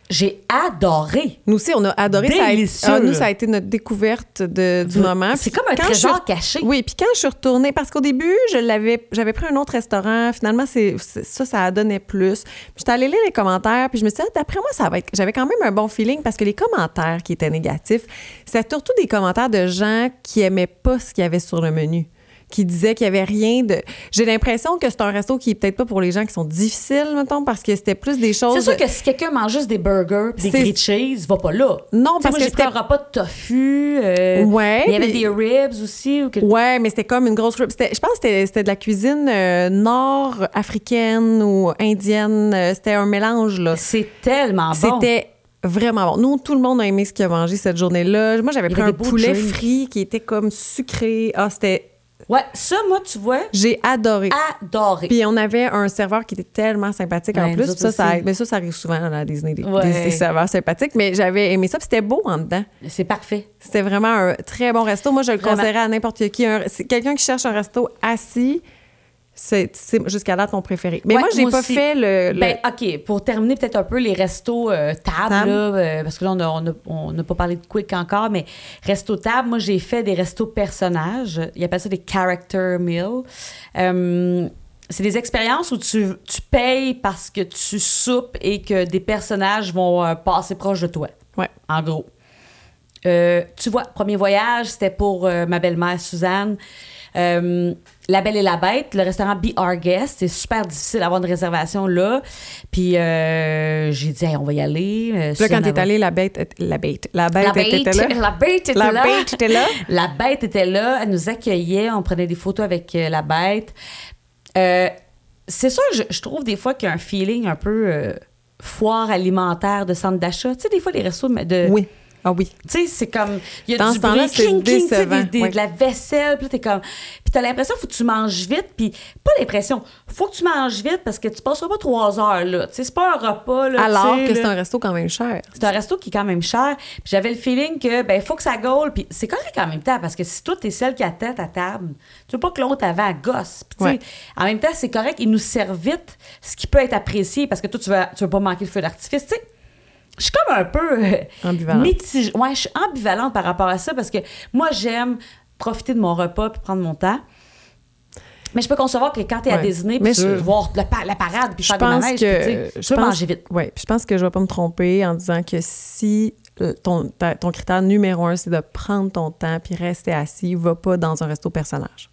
B: j'ai adoré.
A: Nous aussi, on a adoré. Ça a,
B: Délicieux,
A: ah, nous,
B: là.
A: ça a été notre découverte de, du
B: Oui.
A: moment.
B: C'est
A: Puis
B: comme un
A: quand je suis-
B: trésor caché.
A: Oui, puis quand je suis retournée, parce qu'au début, je l'avais, j'avais pris un autre restaurant. Finalement, c'est, c'est- ça, ça donnait plus. Puis j'étais allée lire les commentaires, puis je me suis dit, Ah, d'après moi, ça va être. J'avais quand même un bon feeling parce que les commentaires qui étaient négatifs, c'était surtout des commentaires de gens qui aimaient pas ce qu'il y avait sur le menu qui disaient qu'il y avait rien de... J'ai l'impression que c'est un resto qui est peut-être pas pour les gens qui sont difficiles, mettons, parce que c'était plus des choses...
B: C'est sûr que si quelqu'un mange juste des burgers pis des
A: Oh, ben. C'est-
B: grilled cheese, va pas là.
A: Non, parce
B: Tu sais, moi,
A: que
B: j'ai pris
A: c'était
B: un repas de tofu. euh,
A: Ouais,
B: Il y avait
A: puis-
B: des ribs aussi. ou que-
A: Ouais, mais c'était comme une grosse. rib- c'était- Je pense que c'était- c'était de la cuisine euh, nord-africaine ou indienne. euh, C'était un mélange, là.
B: C'est tellement bon.
A: C'était vraiment bon. Nous, tout le monde a aimé ce qu'il a mangé cette journée-là. Moi, j'avais
B: Il y
A: pris
B: avait
A: un
B: des beaux
A: poulet
B: drinks.
A: frit qui était comme sucré. Ah, c'était.
B: Ouais, ça, moi, tu vois,
A: J'ai adoré.
B: Ah. adoré.
A: Puis on avait un serveur qui était tellement sympathique
B: Ouais,
A: en
B: nous
A: plus.
B: autres
A: Ça, ça,
B: aussi.
A: mais ça, ça arrive souvent là, à Disney, des,
B: Ouais.
A: des- des serveurs sympathiques. Mais j'avais aimé ça. Puis c'était beau en dedans.
B: C'est parfait.
A: C'était vraiment un très bon resto. Moi, je le
B: Vraiment.
A: conseillerais à n'importe qui. Un- c'est quelqu'un qui cherche un resto assis, c'est c'est jusqu'à là ton préféré. Mais
B: Ouais,
A: moi, j'ai
B: moi
A: pas
B: aussi.
A: fait le. le-
B: Ben, OK, pour terminer peut-être un peu les restos euh, table,
A: Table.
B: là, euh, parce que là, on n'a on a- on n'a pas parlé de quick encore, mais resto table, moi, j'ai fait des restos personnages. Ils appellent ça des character meals. Euh, c'est des expériences où tu, tu payes parce que tu soupes et que des personnages vont euh, passer proche de toi,
A: Ouais.
B: en gros. Euh, tu vois, premier voyage, c'était pour euh, ma belle-mère Suzanne. Euh, la Belle et la Bête, le restaurant Be Our Guest, c'est super difficile d'avoir une réservation là. Puis euh, j'ai dit, Hey, on va y aller. Euh,
A: Puis là,
B: Suzanne,
A: quand
B: elle
A: t'es
B: va-
A: allée, la bête, était- la bête, la bête,
B: la bête,
A: était là.
B: la bête était
A: La
B: là.
A: bête était là.
B: La bête était là. Elle nous accueillait. On prenait des photos avec euh, la bête. Euh, c'est sûr que je, je trouve des fois qu'il y a un feeling un peu euh, foire alimentaire de centre d'achat. Tu sais, des fois, les restos de,
A: Oui. Ah oui.
B: tu sais, c'est comme. Il y a
A: Dans
B: du
A: ce temps-là,
B: bruit,
A: c'est
B: cling, cling, tu sais,
A: décevant,
B: des- des-
A: ouais.
B: de la vaisselle, puis là, t'es comme. Puis t'as l'impression, faut que tu manges vite, puis pas l'impression, faut que tu manges vite parce que tu passeras pas trois heures, là. Tu sais, c'est pas un repas, là.
A: Alors
B: tu sais,
A: que c'est
B: là.
A: un resto quand même cher.
B: C'est un resto qui est quand même cher. Puis j'avais le feeling que, ben, faut que ça gaule. Puis c'est correct en même temps, parce que si toi, t'es celle qui attend ta table, tu veux pas que l'autre avant gosse. Puis tu sais,
A: Ouais.
B: en même temps, c'est correct, ils nous servent vite ce qui peut être apprécié, parce que toi, tu veux, tu veux pas manquer le feu d'artifice. Tu sais, je suis comme un peu. euh,
A: Ambivalente.
B: mitigée. Ouais, je suis ambivalente par rapport à ça, parce que moi, j'aime profiter de mon repas puis prendre mon temps. Mais je peux concevoir que quand t'es à
A: Ouais.
B: Disney, puis
A: Mais
B: tu
A: je-
B: veux voir la, pa- la parade, puis
A: Je
B: faire des
A: pense
B: manèges, puis tu sais,
A: que.
B: tu veux manger vite.
A: Oui, je pense que je vais pas me tromper en disant que si euh, ton, ta- ton critère numéro un, c'est de prendre ton temps puis rester assis, va pas dans un resto personnage.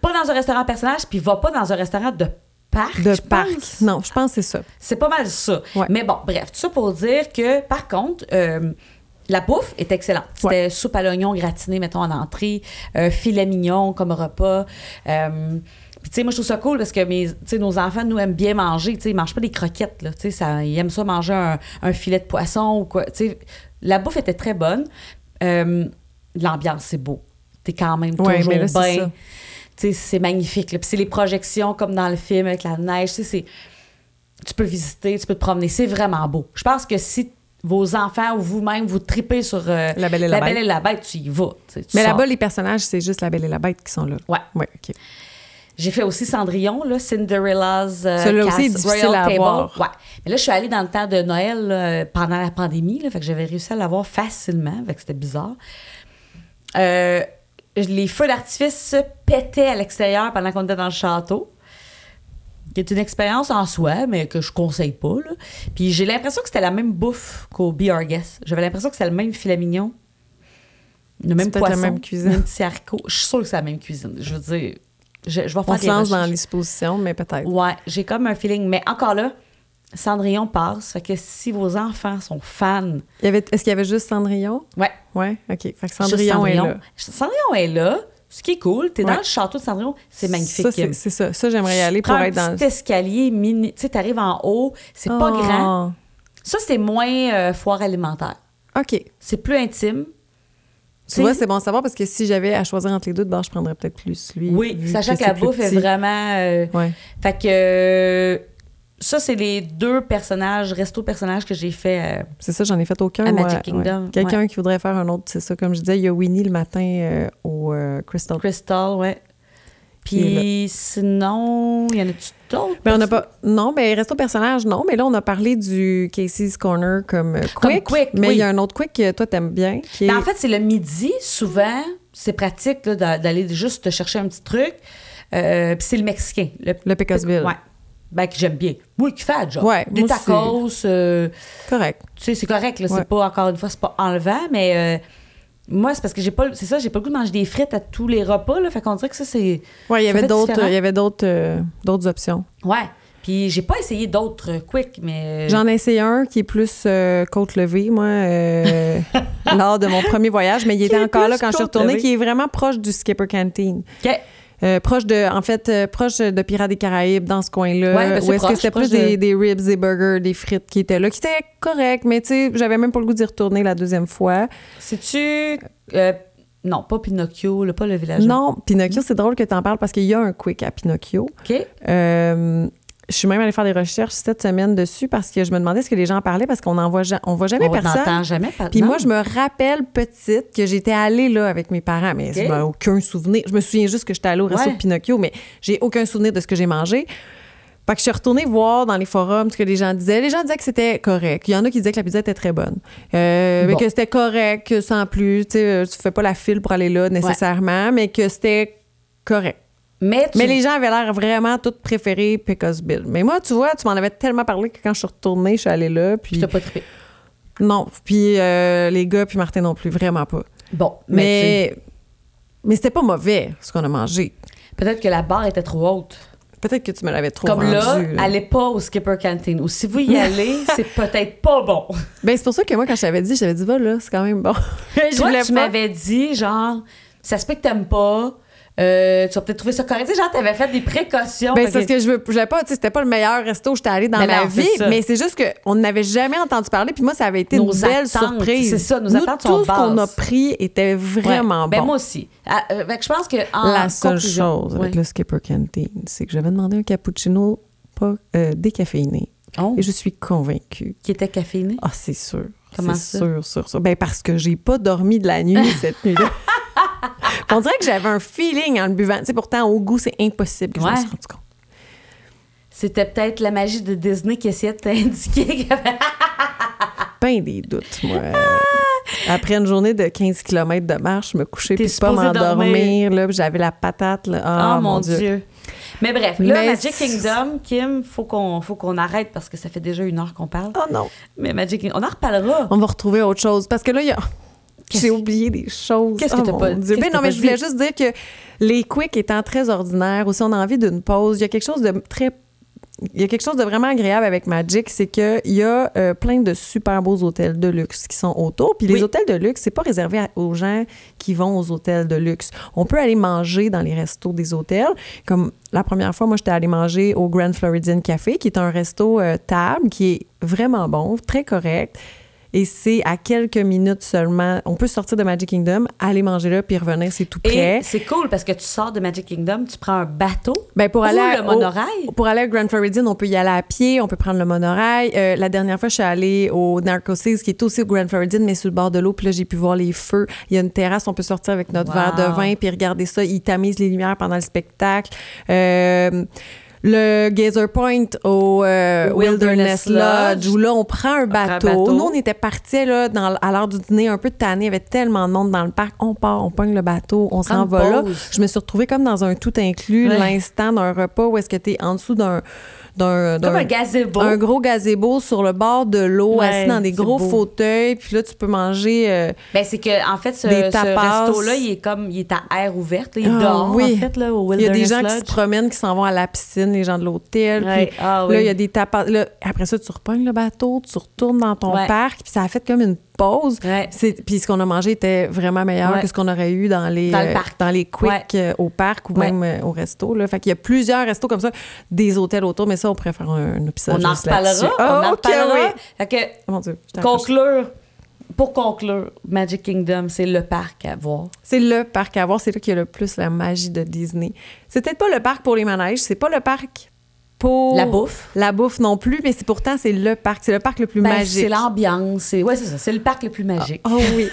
B: pas dans un restaurant personnage, puis va pas dans un restaurant de parc.
A: De
B: je
A: parc.
B: pense.
A: Non, je pense que c'est ça.
B: C'est pas mal ça.
A: Ouais.
B: Mais bon, bref, tout ça pour dire que, par contre, euh, la bouffe est excellente. C'était soupe à l'oignon gratinée, mettons, en entrée, euh, filet mignon comme repas. Euh, puis, tu sais, moi, je trouve ça cool parce que mes, tu sais, nos enfants, nous, aiment bien manger. Tu sais, ils mangent pas des croquettes, là. Tu sais, ça- ils aiment ça manger un, un filet de poisson ou quoi. Tu sais, la bouffe était très bonne. Euh, L'ambiance, c'est beau. T'es quand même
A: Ouais,
B: toujours
A: mais là, c'est
B: bien.
A: ça.
B: Tu sais, c'est magnifique. là. Puis c'est les projections comme dans le film avec la neige. Tu sais, c'est tu peux visiter, tu peux te promener. C'est vraiment beau. Je pense que si vos enfants ou vous-même vous tripez sur euh,
A: La Belle et la Bête.
B: Bête, tu y vas. tu sais, tu
A: Mais
B: sors.
A: là-bas, les personnages, c'est juste la belle et la bête qui sont là.
B: Ouais.
A: Ouais, OK.
B: J'ai fait aussi Cendrillon, là, Cinderella's euh,
A: Celui-là
B: Castle,
A: aussi est difficile
B: Royal
A: à
B: Table.
A: avoir.
B: Ouais. Mais là, je suis allée dans le temps de Noël là, pendant la pandémie, là, fait que j'avais réussi à l'avoir facilement, fait que c'était bizarre. Euh, les feux d'artifice se pétaient à l'extérieur pendant qu'on était dans le château. qui est une expérience en soi, mais que je conseille pas. Là. Puis j'ai l'impression que c'était la même bouffe qu'au Be Our Guest. J'avais l'impression que c'était le même filet mignon, le même
A: peut-être la
B: poisson,
A: même cuisine.
B: le même petit haricot. Je suis sûre que c'est la même cuisine. Je veux dire, je, je vais faire
A: On se
B: des
A: lance dans
B: recherches.
A: les suppositions, mais peut-être.
B: Ouais, j'ai comme un feeling. Mais encore là, Cendrillon passe. Fait que si vos enfants sont fans,
A: Il y avait- Est-ce qu'il y avait juste Cendrillon?
B: ouais,
A: Ouais, OK. Fait que
B: juste
A: Cendrillon, est là.
B: Cendrillon est là. Ce qui est cool, t'es
A: Ouais.
B: dans le château de Cendrillon, c'est magnifique.
A: Ça, c'est c'est ça. Ça, j'aimerais y aller
B: Tu prends
A: pour être
B: un
A: dans...
B: petit escalier mini. Tu sais, t'arrives en haut, c'est pas
A: Oh.
B: grand. Ça, c'est moins euh, foire alimentaire.
A: OK.
B: C'est plus intime.
A: Tu vois, c'est bon à savoir parce que si j'avais à choisir entre les deux, de bord, je prendrais peut-être plus lui.
B: Oui,
A: vu
B: sachant que,
A: c'est
B: la
A: plus
B: bouffe est
A: petit.
B: vraiment. euh,
A: Ouais.
B: Fait que euh, ça, c'est les deux personnages, resto personnages que j'ai fait. euh,
A: C'est ça, j'en ai fait aucun.
B: À
A: moi.
B: Magic Kingdom,
A: Ouais. Quelqu'un qui voudrait faire un autre, c'est ça. Comme je disais, il y a Winnie le matin euh, au euh, Crystal.
B: Crystal, ouais.
A: Qui
B: Puis sinon, il y en a-tu d'autres?
A: Mais Ben, on n'a pas. Non, mais resto personnage, non. Mais là, on a parlé du Casey's Corner comme euh, Quick.
B: Comme Quick,
A: mais il
B: oui.
A: y a un autre Quick que toi, t'aimes bien. Qui est...
B: Ben, en fait, c'est le midi, souvent. C'est pratique là, d'a- d'aller juste te chercher un petit truc. Euh, Puis c'est le Mexicain. Le,
A: Le Pecos Bill.
B: Ouais. Ben, que j'aime bien. Oui, qui fait genre.
A: Ouais,
B: Des
A: moi
B: tacos. euh,
A: Correct.
B: tu sais, c'est correct. là,
A: Ouais.
B: C'est pas, encore une fois, c'est pas enlevant, mais... euh, moi, c'est parce que j'ai pas, le- c'est ça, j'ai pas le goût de manger des frites à tous les repas, là. Fait qu'on dirait que ça, c'est.
A: Ouais, il y
B: Ça
A: avait
B: fait
A: d'autres,
B: différent.
A: il y avait d'autres, euh, d'autres options.
B: Ouais. Puis j'ai pas essayé d'autres euh, quick, mais.
A: J'en ai essayé un qui est plus euh, côte levée, moi, euh, lors de mon premier voyage, mais il était
B: est
A: encore là
B: plus
A: quand je suis
B: côte
A: retournée,
B: levée.
A: qui est vraiment proche du Skipper Canteen.
B: Ok.
A: Euh, proche de, en fait, euh, proche de Pirates des Caraïbes, dans ce coin-là.
B: Ouais, ben, c'est
A: Ou est-ce que
B: proche,
A: c'était
B: proche
A: plus des, des ribs, des burgers, des frites qui étaient là, qui étaient corrects, mais tu sais, j'avais même pas le goût d'y retourner la deuxième fois.
B: C'est-tu. euh, non, pas Pinocchio, là, pas le village.
A: Non, Pinocchio, c'est drôle que t'en parles parce qu'il y a un quick à Pinocchio.
B: OK.
A: Euh, je suis même allée faire des recherches cette semaine dessus parce que je me demandais ce que les gens en parlaient parce qu'on n'en voit, ja- on voit jamais
B: on
A: personne.
B: n'entend jamais par-
A: Puis
B: non.
A: moi, je me rappelle petite que j'étais allée là avec mes parents, mais
B: Ok.
A: je n'ai aucun souvenir. Je me souviens juste que j'étais allée au resto
B: Ouais.
A: de Pinocchio, mais j'ai aucun souvenir de ce que j'ai mangé. Fait que je suis retournée voir dans les forums ce que les gens disaient. Les gens disaient que c'était correct. Il y en a qui disaient que la pizza était très bonne. Euh, Mais
B: Bon.
A: que c'était correct, que sans plus. Tu sais, euh, tu fais pas la file pour aller là nécessairement, mais que c'était correct.
B: Mais, tu-
A: Mais les gens avaient l'air vraiment toutes préférés Pecos Bill. Mais moi, tu vois, tu m'en avais tellement parlé que quand je suis retournée, je suis allée là.
B: je
A: Puis
B: t'ai pas trippé.
A: non, puis euh, les gars, puis Martin non plus, vraiment pas.
B: Bon, mais,
A: Mais mais c'était pas mauvais ce qu'on a mangé.
B: tu- peut-être que la barre était trop haute.
A: Peut-être que tu me l'avais trop
B: Comme
A: vendu,
B: là,
A: là.
B: allez pas au Skipper Canteen. Ou si vous y allez, c'est peut-être pas bon.
A: Ben c'est pour ça que moi quand je t'avais dit, je t'avais dit va là, c'est quand même bon. je
B: Toi,
A: voulais
B: tu
A: pas.
B: m'avais dit, genre, ça se peut que t'aimes pas. euh, tu vas peut-être trouver ça correct. Tu sais, genre, t'avais fait des précautions.
A: Ben,
B: Fait
A: c'est parce que je veux, je voulais pas, tu sais, c'était pas le meilleur resto où j'étais allée dans
B: Mais
A: ma
B: Ben non, c'est
A: vie,
B: ça.
A: mais c'est juste qu'on n'avait jamais entendu parler, puis moi, ça avait été
B: Nos
A: une belle
B: attentes,
A: surprise.
B: c'est ça, nos
A: Nous,
B: attentes sont
A: Tout ce qu'on a
B: basses.
A: pris était vraiment
B: Ouais.
A: bon.
B: Ben, moi aussi. Ah, euh, fait que je pense que. En
A: La seule
B: conclusion-
A: chose avec
B: Ouais.
A: le Skipper Canteen, c'est que j'avais demandé un cappuccino pas euh, décaféiné.
B: Oh,
A: Et je suis convaincue.
B: Qui était caféiné.
A: Ah, c'est sûr.
B: Comment
A: c'est
B: ça?
A: sûr, sûr, sûr. Ben parce que j'ai pas dormi de la nuit cette nuit-là. On dirait que j'avais un feeling en le buvant. Tu sais, pourtant, au goût, c'est impossible que je me
B: Ouais.
A: suis rendu compte.
B: C'était peut-être la magie de Disney qui essayait de t'indiquer qu'il y avait
A: Ben des doutes, moi.
B: Ah!
A: Après une journée de 15 km de marche, je me couchais
B: T'es
A: puis pas
B: supposé
A: m'endormir. là, puis J'avais la patate. Là. Ah,
B: Oh mon Dieu. Mais bref, là,
A: Mais
B: Magic
A: c'est-
B: Kingdom, Kim, faut qu'on faut qu'on arrête parce que ça fait déjà une heure qu'on parle.
A: Oh non.
B: Mais Magic Kingdom, on en reparlera.
A: On va retrouver autre chose. Parce que là, il y a...
B: Qu'est-ce-
A: j'ai oublié des choses.
B: Qu'est-ce que t'as
A: mon
B: pas-
A: Dieu.
B: qu'est-ce
A: Ben
B: que
A: non,
B: t'as
A: mais
B: pas
A: je voulais
B: dit?
A: juste dire que les quicks étant très ordinaires, ou si on a envie d'une pause, il y a quelque chose de très. Il y a quelque chose de vraiment agréable avec Magic, c'est qu'il y a euh, plein de super beaux hôtels de luxe qui sont autour. Puis les
B: Oui.
A: hôtels de luxe, c'est pas réservé à- aux gens qui vont aux hôtels de luxe. On peut aller manger dans les restos des hôtels. Comme la première fois, moi, j'étais allée manger au Grand Floridian Café, qui est un resto euh, table qui est vraiment bon, très correct. Et c'est à quelques minutes seulement. On peut sortir de Magic Kingdom, aller manger là, puis revenir, c'est tout près.
B: Et c'est cool parce que tu sors de Magic Kingdom, tu prends un bateau.
A: Ben pour
B: ou
A: aller à-
B: le
A: au-
B: monorail.
A: pour aller à Grand Floridian, on peut y aller à pied, on peut prendre le monorail. Euh, la dernière fois, je suis allée au Narcosis, qui est aussi au Grand Floridian, mais sur le bord de l'eau. Puis là, j'ai pu voir les feux. Il y a une terrasse, on peut sortir avec notre verre
B: Wow.
A: de vin, puis regarder ça. Ils tamisent les lumières pendant le spectacle. Euh, le Gazer Point au euh, Wilderness
B: Wilderness
A: Lodge,
B: Lodge.
A: où là, on prend un
B: prend un
A: bateau.
B: bateau.
A: Nous, on était partis là, dans, l- à l'heure du dîner, un peu tanné. Il y avait tellement de monde dans le parc. On part, on pogne le bateau, on
B: Prends
A: s'en
B: une
A: va là.
B: pause.
A: Je me suis retrouvée comme dans un tout inclus,
B: Ouais.
A: l'instant d'un repas où est-ce que tu es en dessous d'un. d'un d'un-
B: Comme un gazebo.
A: un gros gazebo sur le bord de l'eau,
B: Ouais,
A: assis dans des
B: c'est
A: gros
B: beau.
A: fauteuils. Puis là, tu peux manger. euh,
B: Ben, c'est que, en fait, ce,
A: Des
B: ce
A: tapas.
B: resto-là, il est comme, il est à air ouverte. là. Il
A: Ah,
B: dort dehors,
A: oui.
B: en fait, là, au
A: Il y a
B: Wilderness
A: des gens qui se
B: Lodge.
A: promènent, qui s'en vont à la piscine, les gens de l'hôtel.
B: Ouais.
A: Puis
B: Ah,
A: là,
B: oui.
A: il y a des tapas. là, après ça, tu repognes le bateau, tu retournes dans ton
B: Ouais.
A: parc. Puis ça a fait comme une pause.
B: Ouais.
A: C'est- Puis ce qu'on a mangé était vraiment meilleur
B: Ouais.
A: que ce qu'on aurait eu dans les,
B: Dans le
A: euh,
B: parc.
A: dans les quicks
B: Ouais.
A: euh, au parc ou
B: Ouais.
A: même euh, au resto. Là. Fait qu'il y a plusieurs restos comme ça, des hôtels autour, mais ça, on pourrait faire un, un épisode.
B: On en
A: juste là-dessus.
B: reparlera. on en
A: Oh, ok,
B: reparlera.
A: oui. Oh
B: Fait que,
A: Mon Dieu, je t'accroche.
B: conclure, pour conclure, Magic Kingdom, c'est le parc à voir.
A: C'est le parc à voir, c'est là qu'il y a le plus la magie de Disney. C'est peut-être pas le parc pour les manèges, c'est pas le parc pour
B: La bouffe.
A: La bouffe non plus, mais c'est pourtant c'est le parc, c'est le parc le plus
B: Ben,
A: magique.
B: C'est l'ambiance. c'est- Ouais, c'est ça. C'est le parc le plus magique.
A: Oh oui.